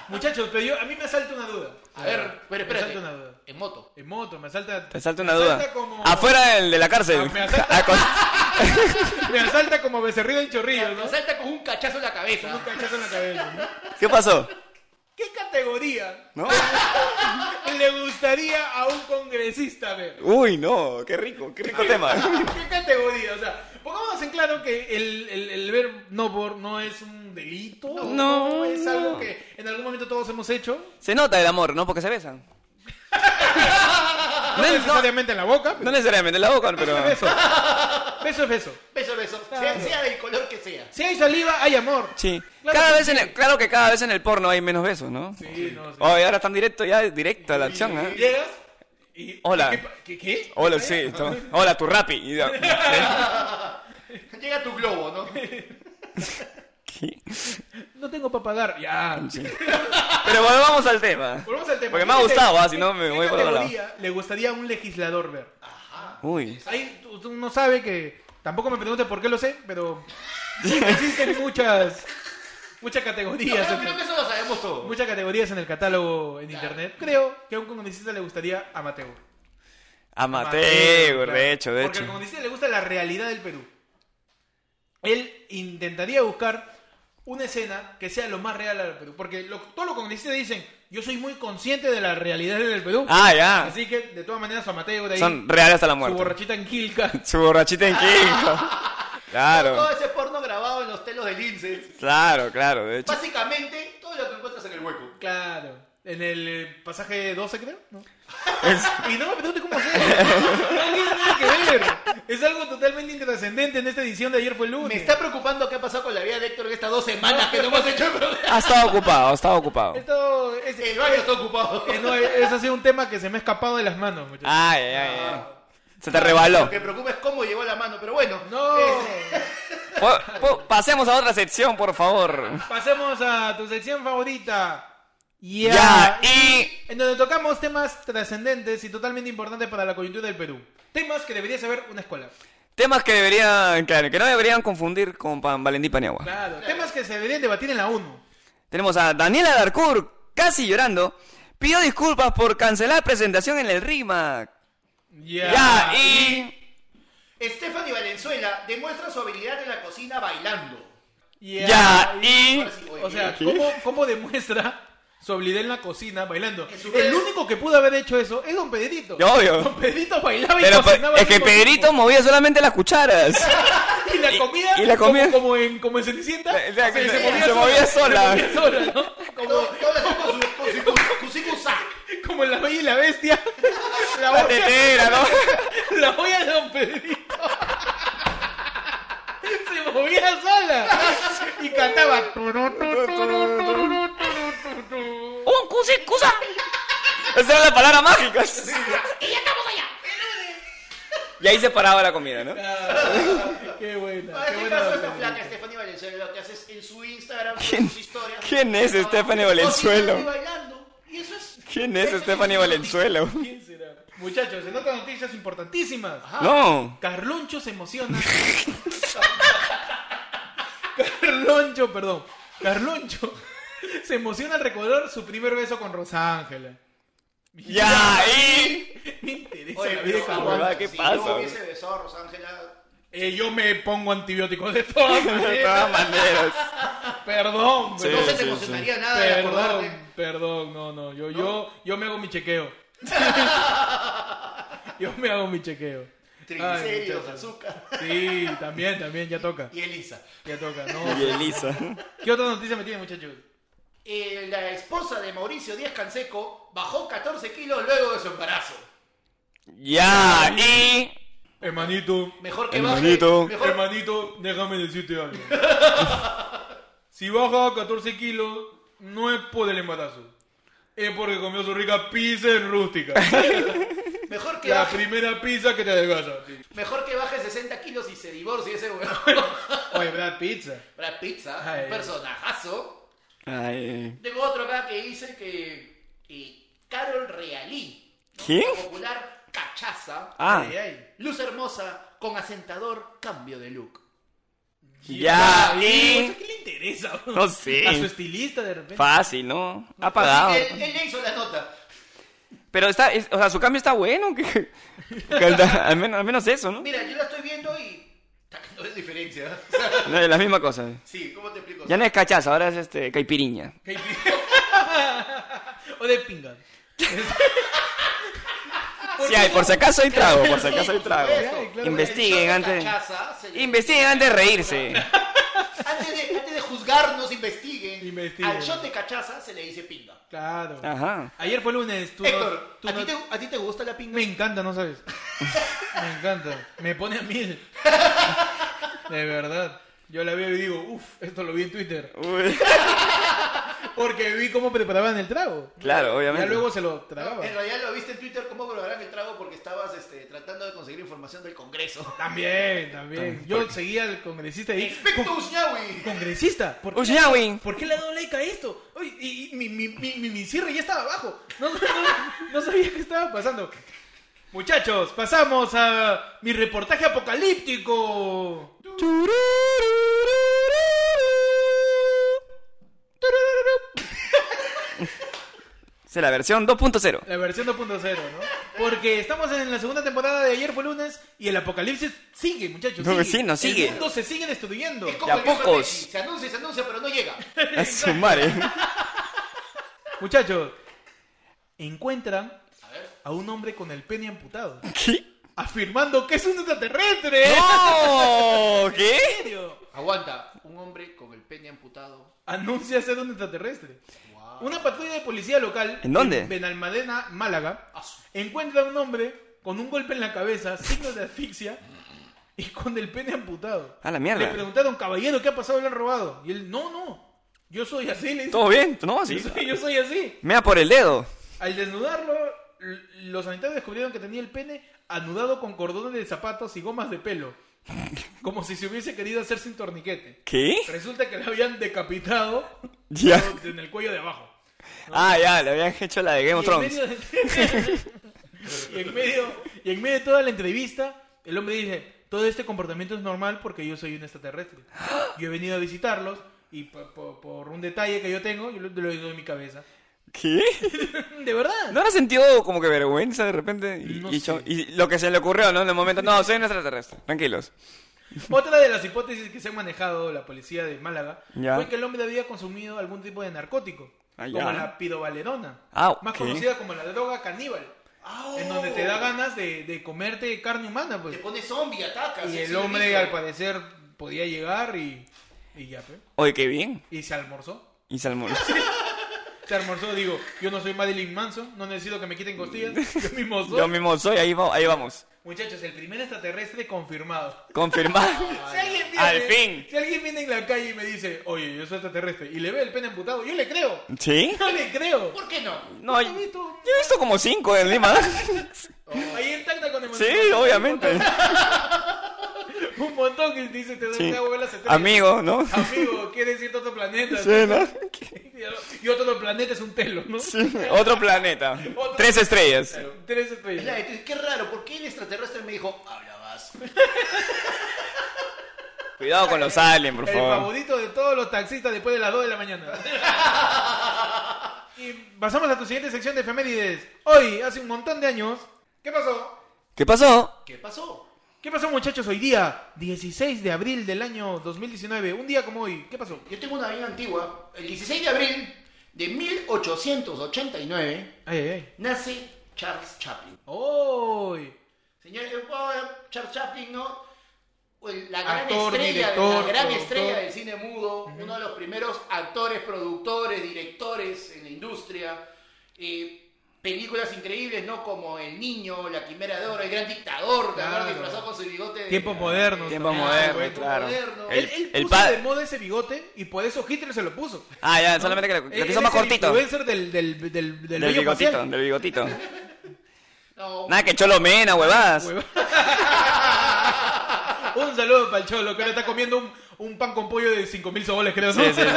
A: Muchachos, pero yo, a mí me asalta una duda.
C: A ver, pero
A: me asalta una
C: espérate.
A: duda.
C: En moto.
A: En moto, me asalta.
B: Te salta una
A: me
B: duda.
A: asalta como-
B: Afuera del- de la cárcel.
A: Ah, me asalta-
B: Ah, con-
A: Me asalta como becerrido en chorrillo, ¿no?
C: Me salta con un cachazo en la cabeza.
A: Un cachazo en la cabeza, ¿no?
B: ¿Qué pasó?
A: ¿Qué categoría
B: ¿No?
A: le gustaría a un congresista ver?
B: Uy, no, qué rico, qué rico tema.
A: ¿Qué categoría? O sea, pongámonos en claro que el, el, el ver no por no es un delito.
B: No,
A: Es
B: no.
A: algo que en algún momento todos hemos hecho.
B: Se nota el amor, ¿no? Porque se besan.
A: No,
B: No, es- no-
A: necesariamente en la boca.
B: no necesariamente en la boca, pero.
A: Beso. Beso es beso.
C: Beso, beso. Sea, sea del color que sea.
A: Si hay saliva, hay amor.
B: Sí.
A: Claro
B: cada
A: que
B: vez en el- claro que cada vez en el porno hay menos besos, ¿no?
A: Sí, no sé.
B: Oye, ahora están directo, ya directo a la acción, ¿eh?
A: Llegas y.
B: Hola.
A: ¿Qué? ¿Qué? qué?
B: Hola, sí, esto- hola, tu rapi. Y yo,
C: Llega tu globo, ¿no?
B: ¿qué?
A: No tengo para pagar. Ya.
B: Pero volvamos al tema.
A: Volvamos al tema.
B: Porque me ha
A: ¿Qué
B: gustado,
A: cate-
B: ah, si no me
A: qué
B: voy por otro lado.
A: categoría le gustaría a un legislador ver?
B: Uy.
A: Ahí tú- tú no sabe que. Tampoco me pregunte por qué lo sé, pero. Existen muchas. Muchas categorías.
C: Yo
A: en-
C: creo que eso lo sabemos todos.
A: Muchas categorías en el catálogo en internet. Creo que a un congresista le gustaría a Mateo.
B: Amateur,
A: claro.
B: de hecho, de
A: Porque al
B: hecho.
A: congresista le gusta la realidad del Perú. Él intentaría buscar una escena que sea lo más real al Perú. Porque lo- todos los congresistas dicen, yo soy muy consciente de la realidad del Perú.
B: Ah, ya.
A: Así que, de todas maneras, su Mateo de ahí,
B: Son reales hasta la
A: su
B: muerte.
A: borrachita en Quilca,
B: Su borrachita en King. Claro,
C: Todo ese porno grabado en los telos de linces.
B: claro, claro. De hecho,
C: Básicamente, todo lo que encuentras en el hueco.
A: Claro. En el eh, pasaje 12, creo. ¿no?
B: es-
A: Y no me pregunte cómo hacer. No tiene nada que ver. Es algo totalmente intrascendente en esta edición de ayer fue el lunes.
C: Me está preocupando qué ha pasado con la vida de Héctor en estas dos semanas que no hemos hecho el programa.
B: ha estado ocupado, ha estado ocupado.
A: Esto es,
C: El baño está ocupado.
A: eh, no, eso ha sido un tema que se me ha escapado de las manos, muchachos.
B: Ay, ay, ay, ay.
A: Ah.
B: Se te rebaló.
C: Lo que preocupa es cómo llegó la mano, pero bueno.
B: Ah.
A: No.
B: Po- po- Pasemos a otra sección, por favor.
A: Pasemos a tu sección favorita.
B: Ya, y...
A: En donde tocamos temas trascendentes y totalmente importantes para la coyuntura del Perú. Temas que debería saber una escuela.
B: Temas que deberían, claro, que no deberían confundir con Pan Valentín Paniagua.
A: Claro. Temas que se deberían debatir en la ONU.
B: Tenemos a Daniela Darcourt, casi llorando, pidió disculpas por cancelar presentación en el RIMAC.
A: Ya.
B: Ya, y...
C: Stephanie Valenzuela demuestra su habilidad en la cocina bailando.
B: Ya, y...
C: Ahora sí, oye,
A: O sea,
C: mira.
A: ¿cómo, cómo demuestra su habilidad en la cocina bailando?
C: En su
A: El
C: redes-
A: único que pudo haber hecho eso es Don Pedrito. Don
B: Obvio.
A: Pedrito bailaba y
B: Pero pe-
A: cocinaba.
B: es que
A: al mismo
B: Pedrito
A: tiempo.
B: movía solamente las cucharas.
A: Y la comida.
B: y la comida-
A: Como, como en, como en Cenicienta.
B: O sea, que se-
C: se
B: movía sola.
A: Se movía sola, ¿no? Como,
C: Todo- todo lo hacía con su- con su- con su- con su cusa.
A: como en La Bella y la Bestia. La
B: La
A: olla,
B: tetera, ¿no?
A: la olla de Don Pedrito. Se movía sola. Y cantaba.
B: ¡Un cusi, cusa! Esa era la palabra mágica. ¡Y ya estamos allá! Y ahí se paraba la comida, ¿no?
A: Qué buena.
C: Para
A: Qué
C: este
A: buena
C: caso,
A: Don
C: esta
A: Pedrito.
C: flaca Stephanie Valenzuela lo que hace es en su Instagram,
B: ¿Quién-
C: en sus historias.
B: quién es Stephanie Valenzuela?
C: cocinando y bailando. Y eso es.
B: ¿Quién es
C: eso
B: Stephanie Valenzuela?
A: ¿Quién será? Muchachos, en otras noticias importantísimas.
B: No.
A: Carloncho se emociona. Carloncho, perdón. Carloncho se emociona al recordar su primer beso con Rosángela.
B: Ya, y...
A: Me interesa
C: Oye,
A: la vida de
C: pero,
A: Carloncho.
B: huevada, ¿qué
C: si
B: pasa?
C: yo hubiese besado a Rosángela,
A: Eh, yo me pongo antibióticos de todas
B: De
A: maneras.
B: todas maneras.
A: Perdón,
B: Sí,
C: no se te
A: perdón.
B: sí,
C: emocionaría nada de
A: Perdón,
C: acordarte.
A: perdón, no, no, yo, yo, yo me hago mi chequeo. yo me hago mi chequeo. Ay,
C: Triglicéridos,
A: muchachos.
C: azúcar.
A: Sí, también, también, ya toca.
C: Y Elisa.
A: Ya toca,
B: Y
A: ¿no?
B: Elisa.
A: ¿Qué otra noticia me tiene, muchachos?
C: Eh, la esposa de Mauricio Díaz Canseco bajó 14 kilos luego de su embarazo.
B: Ya, y...
A: Hermanito,
C: Mejor que
B: Hermanito.
C: baje. Mejor
A: hermanito, déjame decirte algo. si baja 14 kilos, no es por el embarazo. Es porque comió su rica pizza en rústica.
C: Mejor que,
A: La
C: baje,
A: primera pizza que te adelgaza.
C: mejor que baje 60 kilos y se divorcie ese huevón.
A: Oye, ¿verdad? Pizza.
C: Brad Pizza,
A: Ay.
C: un personajazo.
B: Ay...
C: Tengo otro acá que dice que eh, Carol Realí,
B: ¿Quién?
C: la popular cachaza,
B: Ah.
A: Ay, ay.
C: luz hermosa con asentador, cambio de look.
B: Ya,
A: ¿Eso
B: y...
A: ¿Qué pues, le interesa? bro?
B: No
A: A su
B: sé.
A: estilista de repente.
B: Fácil, ¿no? Ha pagado.
C: Así que Él, él le hizo la nota.
B: Pero está... es- o sea, su cambio está bueno. que- que al, al menos, al menos eso, ¿no?
C: Mira, yo la estoy viendo y ta, que no es diferencia. O sea,
B: No, es la misma cosa.
C: sí, ¿cómo te explico?
B: Ya no es cachaza, ahora es este... caipiriña.
A: o de pinga.
B: Sí hay, por si acaso hay trago, por si acaso hay
C: Sí, por
B: trago.
C: Ah, supuesto.
A: Claro, claro.
B: Investiguen
C: El
B: antes.
C: cachaza se le-
B: Investiguen antes de reírse.
C: Antes de, antes de juzgarnos, investiguen.
A: Investiguen.
C: Al shot de cachaza se le dice pinga.
A: Claro.
B: Ajá.
A: Ayer fue lunes. Tú no-
C: Héctor,
A: tú
C: ¿a,
A: no-
C: ti te, ¿a ti te gusta la pinga?
A: Me encanta, no sabes. Me encanta. Me pone a mil. De verdad. Yo la veo y digo, uff, esto lo vi en Twitter.
B: Uy,
A: Porque vi cómo preparaban el trago.
B: claro,
A: Ya
B: obviamente.
A: luego se lo
C: No,
A: tragaban.
C: en realidad lo viste en Twitter cómo probarán el trago porque estabas este, tratando de conseguir información del Congreso.
A: También, también. Yo seguía al congresista y dije,
C: ¡Expecto Usnawi!
A: congresista, ¿por qué,
B: Ushnawi.
A: ¿por qué le ha dado like a esto? Uy, y, y mi, mi, mi, mi- mi cierre ya estaba abajo. No, no- no- no sabía qué estaba pasando. Muchachos, pasamos a mi reportaje apocalíptico.
B: Es la versión 2.0.
A: La versión 2.0, ¿no? Porque estamos en la segunda temporada de ayer fue lunes y el apocalipsis sigue, muchachos.
B: No,
A: sigue.
B: sí, no, sigue.
A: El mundo se sigue destruyendo.
C: Es como
B: Ya
C: el viejo
B: pocos.
C: Messi, Se anuncia, y se anuncia, pero no llega.
B: A Ah, su madre.
A: Muchachos, encuentran
C: A ver.
A: a un hombre con el pene amputado.
B: ¿Qué?
A: afirmando que es un extraterrestre. ¿eh?
B: ¡No!
A: ¿En
B: ¿Qué?
A: serio?
C: Aguanta, un hombre con el pene amputado.
A: Anuncia ser un extraterrestre. Ah. Una patrulla de policía local
B: ¿En dónde?
A: Benalmadena, Málaga,
C: Ah, su-
A: encuentra a un hombre con un golpe en la cabeza, signos de asfixia y con el pene amputado.
B: A la mierda.
A: Le preguntaron, caballero, ¿qué ha pasado? ¿Le han robado? Y él, no, no, yo soy así, le dice.
B: ¿Todo bien? ¿No?
A: Yo
B: Sí.
A: soy, yo soy así.
B: Mea por el dedo.
A: Al desnudarlo, l- los sanitarios descubrieron que tenía el pene anudado con cordones de zapatos y gomas de pelo, como si se hubiese querido hacer sin torniquete.
B: ¿Qué?
A: Resulta que le habían decapitado
B: Ya.
A: en el cuello de abajo.
B: Ah, ya, le habían hecho la de Game of
A: Y en,
B: Thrones.
A: medio de... y, en medio, y en medio de toda la entrevista, el hombre dice, todo este comportamiento es normal porque yo soy un extraterrestre. Yo he venido a visitarlos y po- po- por, un detalle que yo tengo, yo lo, lo digo en mi cabeza.
B: ¿Qué?
A: De verdad.
B: ¿No habrá sentido como que vergüenza de repente? Y,
A: No
B: y
A: sé.
B: cho- y lo que se le ocurrió, ¿no? En el momento, no, soy un extraterrestre. Tranquilos.
A: Otra de las hipótesis que se ha manejado la policía de Málaga
B: Ya.
A: fue que el hombre había consumido algún tipo de narcótico,
B: Ah, ya.
A: como la pidovalerona,
B: Ah,
A: más
B: ok.
A: conocida como la droga caníbal, en donde te da ganas de, de comerte carne humana. Pues.
C: Te pone zombie, atacas.
A: Y
C: es
A: el hombre, al
C: rico.
A: parecer, podía llegar y, y ya, pe.
B: Oye, qué bien.
A: Y se almorzó.
B: Y salmón.
A: Se almorzó, digo, yo no soy Madeline Manson, no necesito que me quiten costillas, yo mismo soy.
B: Yo mismo soy, ahí, va- ahí vamos.
A: Muchachos, el primer extraterrestre confirmado.
B: Confirmado.
A: Si alguien, viene,
B: Al fin.
A: si alguien viene en la calle y me dice, oye, yo soy extraterrestre, y le ve el pene amputado, yo le creo.
B: ¿Sí?
A: Yo le creo.
C: ¿Por qué no?
B: No, yo
A: he visto-
B: he visto como cinco en Lima.
A: Ahí en tacta con el
B: Sí,
A: montón.
B: obviamente.
A: Un montón que dice, te doy
B: Sí.
A: te hago ver las estrellas.
B: Amigo, ¿no?
A: Ah, Amigo, quieres ir a otro planeta.
B: Sí, ¿no?
A: Y otro planeta es un telo, ¿no?
B: Sí, Otro planeta. Tres estrellas.
A: Tres
C: Es la
A: estrellas.
C: de tú, Qué raro, ¿por qué el extraterrestre me dijo, hablabas?
B: Cuidado con los aliens, por
A: El
B: favor.
A: favorito de todos los taxistas después de las 2 de la mañana. y pasamos a tu siguiente sección de efemérides. Hoy, hace un montón de años. ¿Qué pasó?
B: ¿Qué pasó?
C: ¿Qué pasó?
A: ¿Qué pasó, muchachos? Hoy día, 16 de abril del año 2019. Un día como hoy. ¿Qué pasó?
C: Yo tengo una bien antigua. El 16 de abril de 1889
A: Ay, ay, ay.
C: nace Charles Chaplin.
A: ¡Hoy!
C: Señor, eh, oh, Charles Chaplin, ¿no? El- La gran
A: Actor,
C: estrella,
A: director,
C: la gran
A: productor.
C: estrella del cine mudo, uno de los primeros actores, productores, directores en la industria. Eh, películas increíbles, ¿no? Como El Niño, La Quimera de Oro, El Gran Dictador, ¿te acuerdas?
A: Claro.
C: disfrazado con su bigote. de- Ah,
A: Tiempos modernos.
B: Tiempo
A: también,
B: moderno,
A: güey.
B: claro.
C: moderno.
B: El,
A: Él, él
B: el
A: puso
B: pa-
A: de moda ese bigote y por eso Hitler se lo puso.
B: Ah, ya, solamente que lo-
A: Él-
B: lo
A: Eh, él
B: quiso más
A: es el
B: cortito.
A: influencer del, del, del, del,
B: Del
A: vello
B: bigotito,
A: facial.
B: del bigotito.
C: No,
B: Nada que cholomena, huevadas.
A: Un saludo para el Cholo, que ahora está comiendo un, un pan con pollo de 5.000 soboles, creo. ¿no?
B: Sí, sí, sí.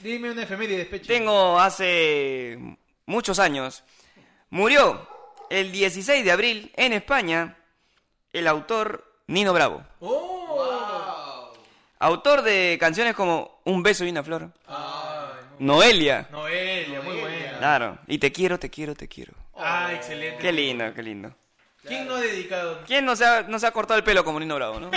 A: Dime una efeméride, despeche.
B: Tengo hace muchos años. Murió el 16 de abril en España el autor Nino Bravo.
A: ¡Oh!
C: wow.
B: Autor de canciones como Un beso y una flor.
A: Ay, muy-
B: Noelia.
A: Noelia, muy buena.
B: Claro. Y te quiero, te quiero, te quiero.
A: Ah, excelente.
B: Qué lindo, qué lindo.
A: ¿Quién no ha dedicado?
B: ¿Quién no se ha, no se ha cortado el pelo como Nino Bravo, no?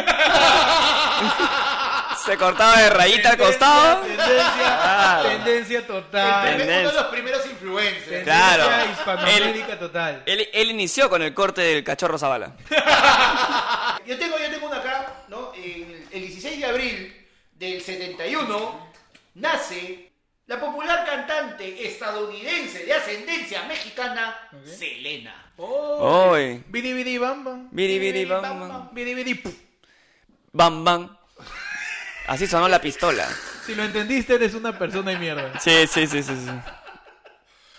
B: se cortaba de rayita al costado.
A: Tendencia,
B: Claro.
A: tendencia
C: El
A: total.
C: primer-
B: Tendencia.
C: uno de los primeros influencers.
A: Tendencia
B: Claro.
A: hispanoamérica total.
B: Él, él inició con el corte del cachorro Zavala.
C: Yo tengo, yo tengo una acá, ¿no? El, el 16 de abril del 71 nace la popular cantante estadounidense de ascendencia mexicana, Selena.
A: ¡Oh!
B: Oy.
A: Bidi bidi bam bam.
B: Biri, biri, bam, bam.
A: Bidi bidi pu.
B: Bam, bam. Así sonó la pistola.
A: Si lo entendiste, eres una persona de mierda.
B: Sí, sí, sí, sí. sí.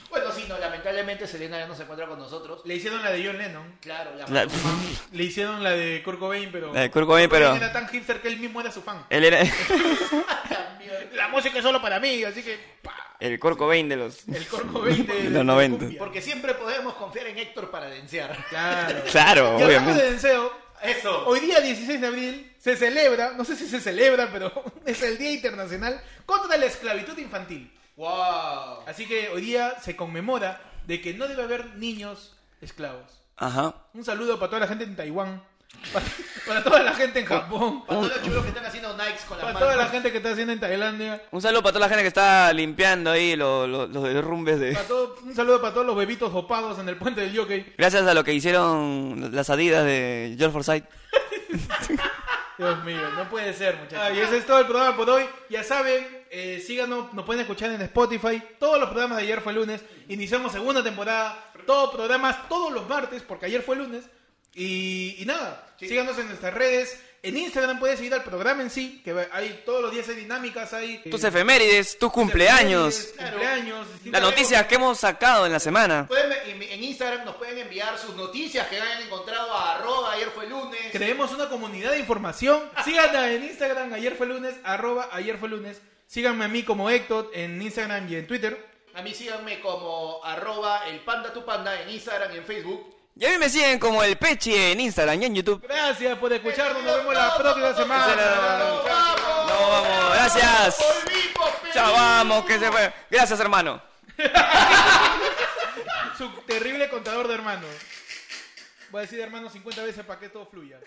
C: Bueno, sí, no, lamentablemente Selena ya no se encuentra con nosotros.
A: Le hicieron la de John Lennon.
C: Claro, la,
B: La-
A: Le hicieron la de Kurt Cobain, pero.
B: La de Kurt Cobain, pero-
A: Era tan hipster que él mismo era su fan.
B: Él era
C: la mierda.
A: La música es solo para mí, así que. pa,
B: el Kurt Cobain de los...
A: El Kurt Cobain de.
B: Los
A: de
B: 90.
A: cumbia.
C: Porque siempre podemos confiar en Héctor para denunciar.
A: Claro.
B: Claro,
A: Y hablando de
B: obviamente.
A: Denseo,
C: Eso.
A: hoy día 16 de abril se celebra, no sé si se celebra, pero es el Día Internacional contra la Esclavitud Infantil.
C: Wow.
A: Así que hoy día se conmemora de que no debe haber niños esclavos.
B: Ajá.
A: Un saludo para toda la gente en Taiwán Para, para toda la gente en Japón.
C: Para todos los chulos que están haciendo Nikes con las
A: Para
C: manos.
A: toda la gente que está haciendo en Tailandia.
B: Un saludo para toda la gente que está limpiando ahí los, los, los derrumbes de...
A: Para todo- un saludo para todos los bebitos opados en el puente del jockey.
B: Gracias a lo que hicieron las adidas de George Forsyth.
A: Dios mío, no puede ser, muchachos. y ese es todo el programa por hoy. Ya saben, eh, síganos, nos pueden escuchar en Spotify. Todos los programas de ayer fue lunes. Iniciamos segunda temporada. Todos programas todos los martes, porque ayer fue lunes. Y, y nada, síganos en nuestras redes. En Instagram puedes seguir al programa en sí, que va- hay todos los días hay dinámicas, hay
B: Tus
A: eh,
B: efemérides, tus cumpleaños,
A: efemérides, cumpleaños,
B: las
A: distintas-
B: noticias que hemos sacado en la semana.
C: Pueden- en, en Instagram nos pueden enviar sus noticias que hayan encontrado a arroba ayer fue lunes.
A: Creemos una comunidad de información. Síganla en Instagram, ayer fue lunes, arroba ayer fue lunes. Síganme a mí como Héctor en Instagram y en Twitter.
C: A mí síganme como arroba el panda tu panda en Instagram y en Facebook.
B: Y a mí me siguen como el Pechi en Instagram y en YouTube.
A: Gracias por escucharnos. Nos vemos la próxima semana.
C: ¡Nos vamos!
B: Nos vamos, gracias.
C: ¡Volvimos, Perú!
B: Chao, vamos, que se fue. Gracias, hermano.
A: Su terrible contador de hermanos. Voy a decir hermano 50 veces para que todo fluya.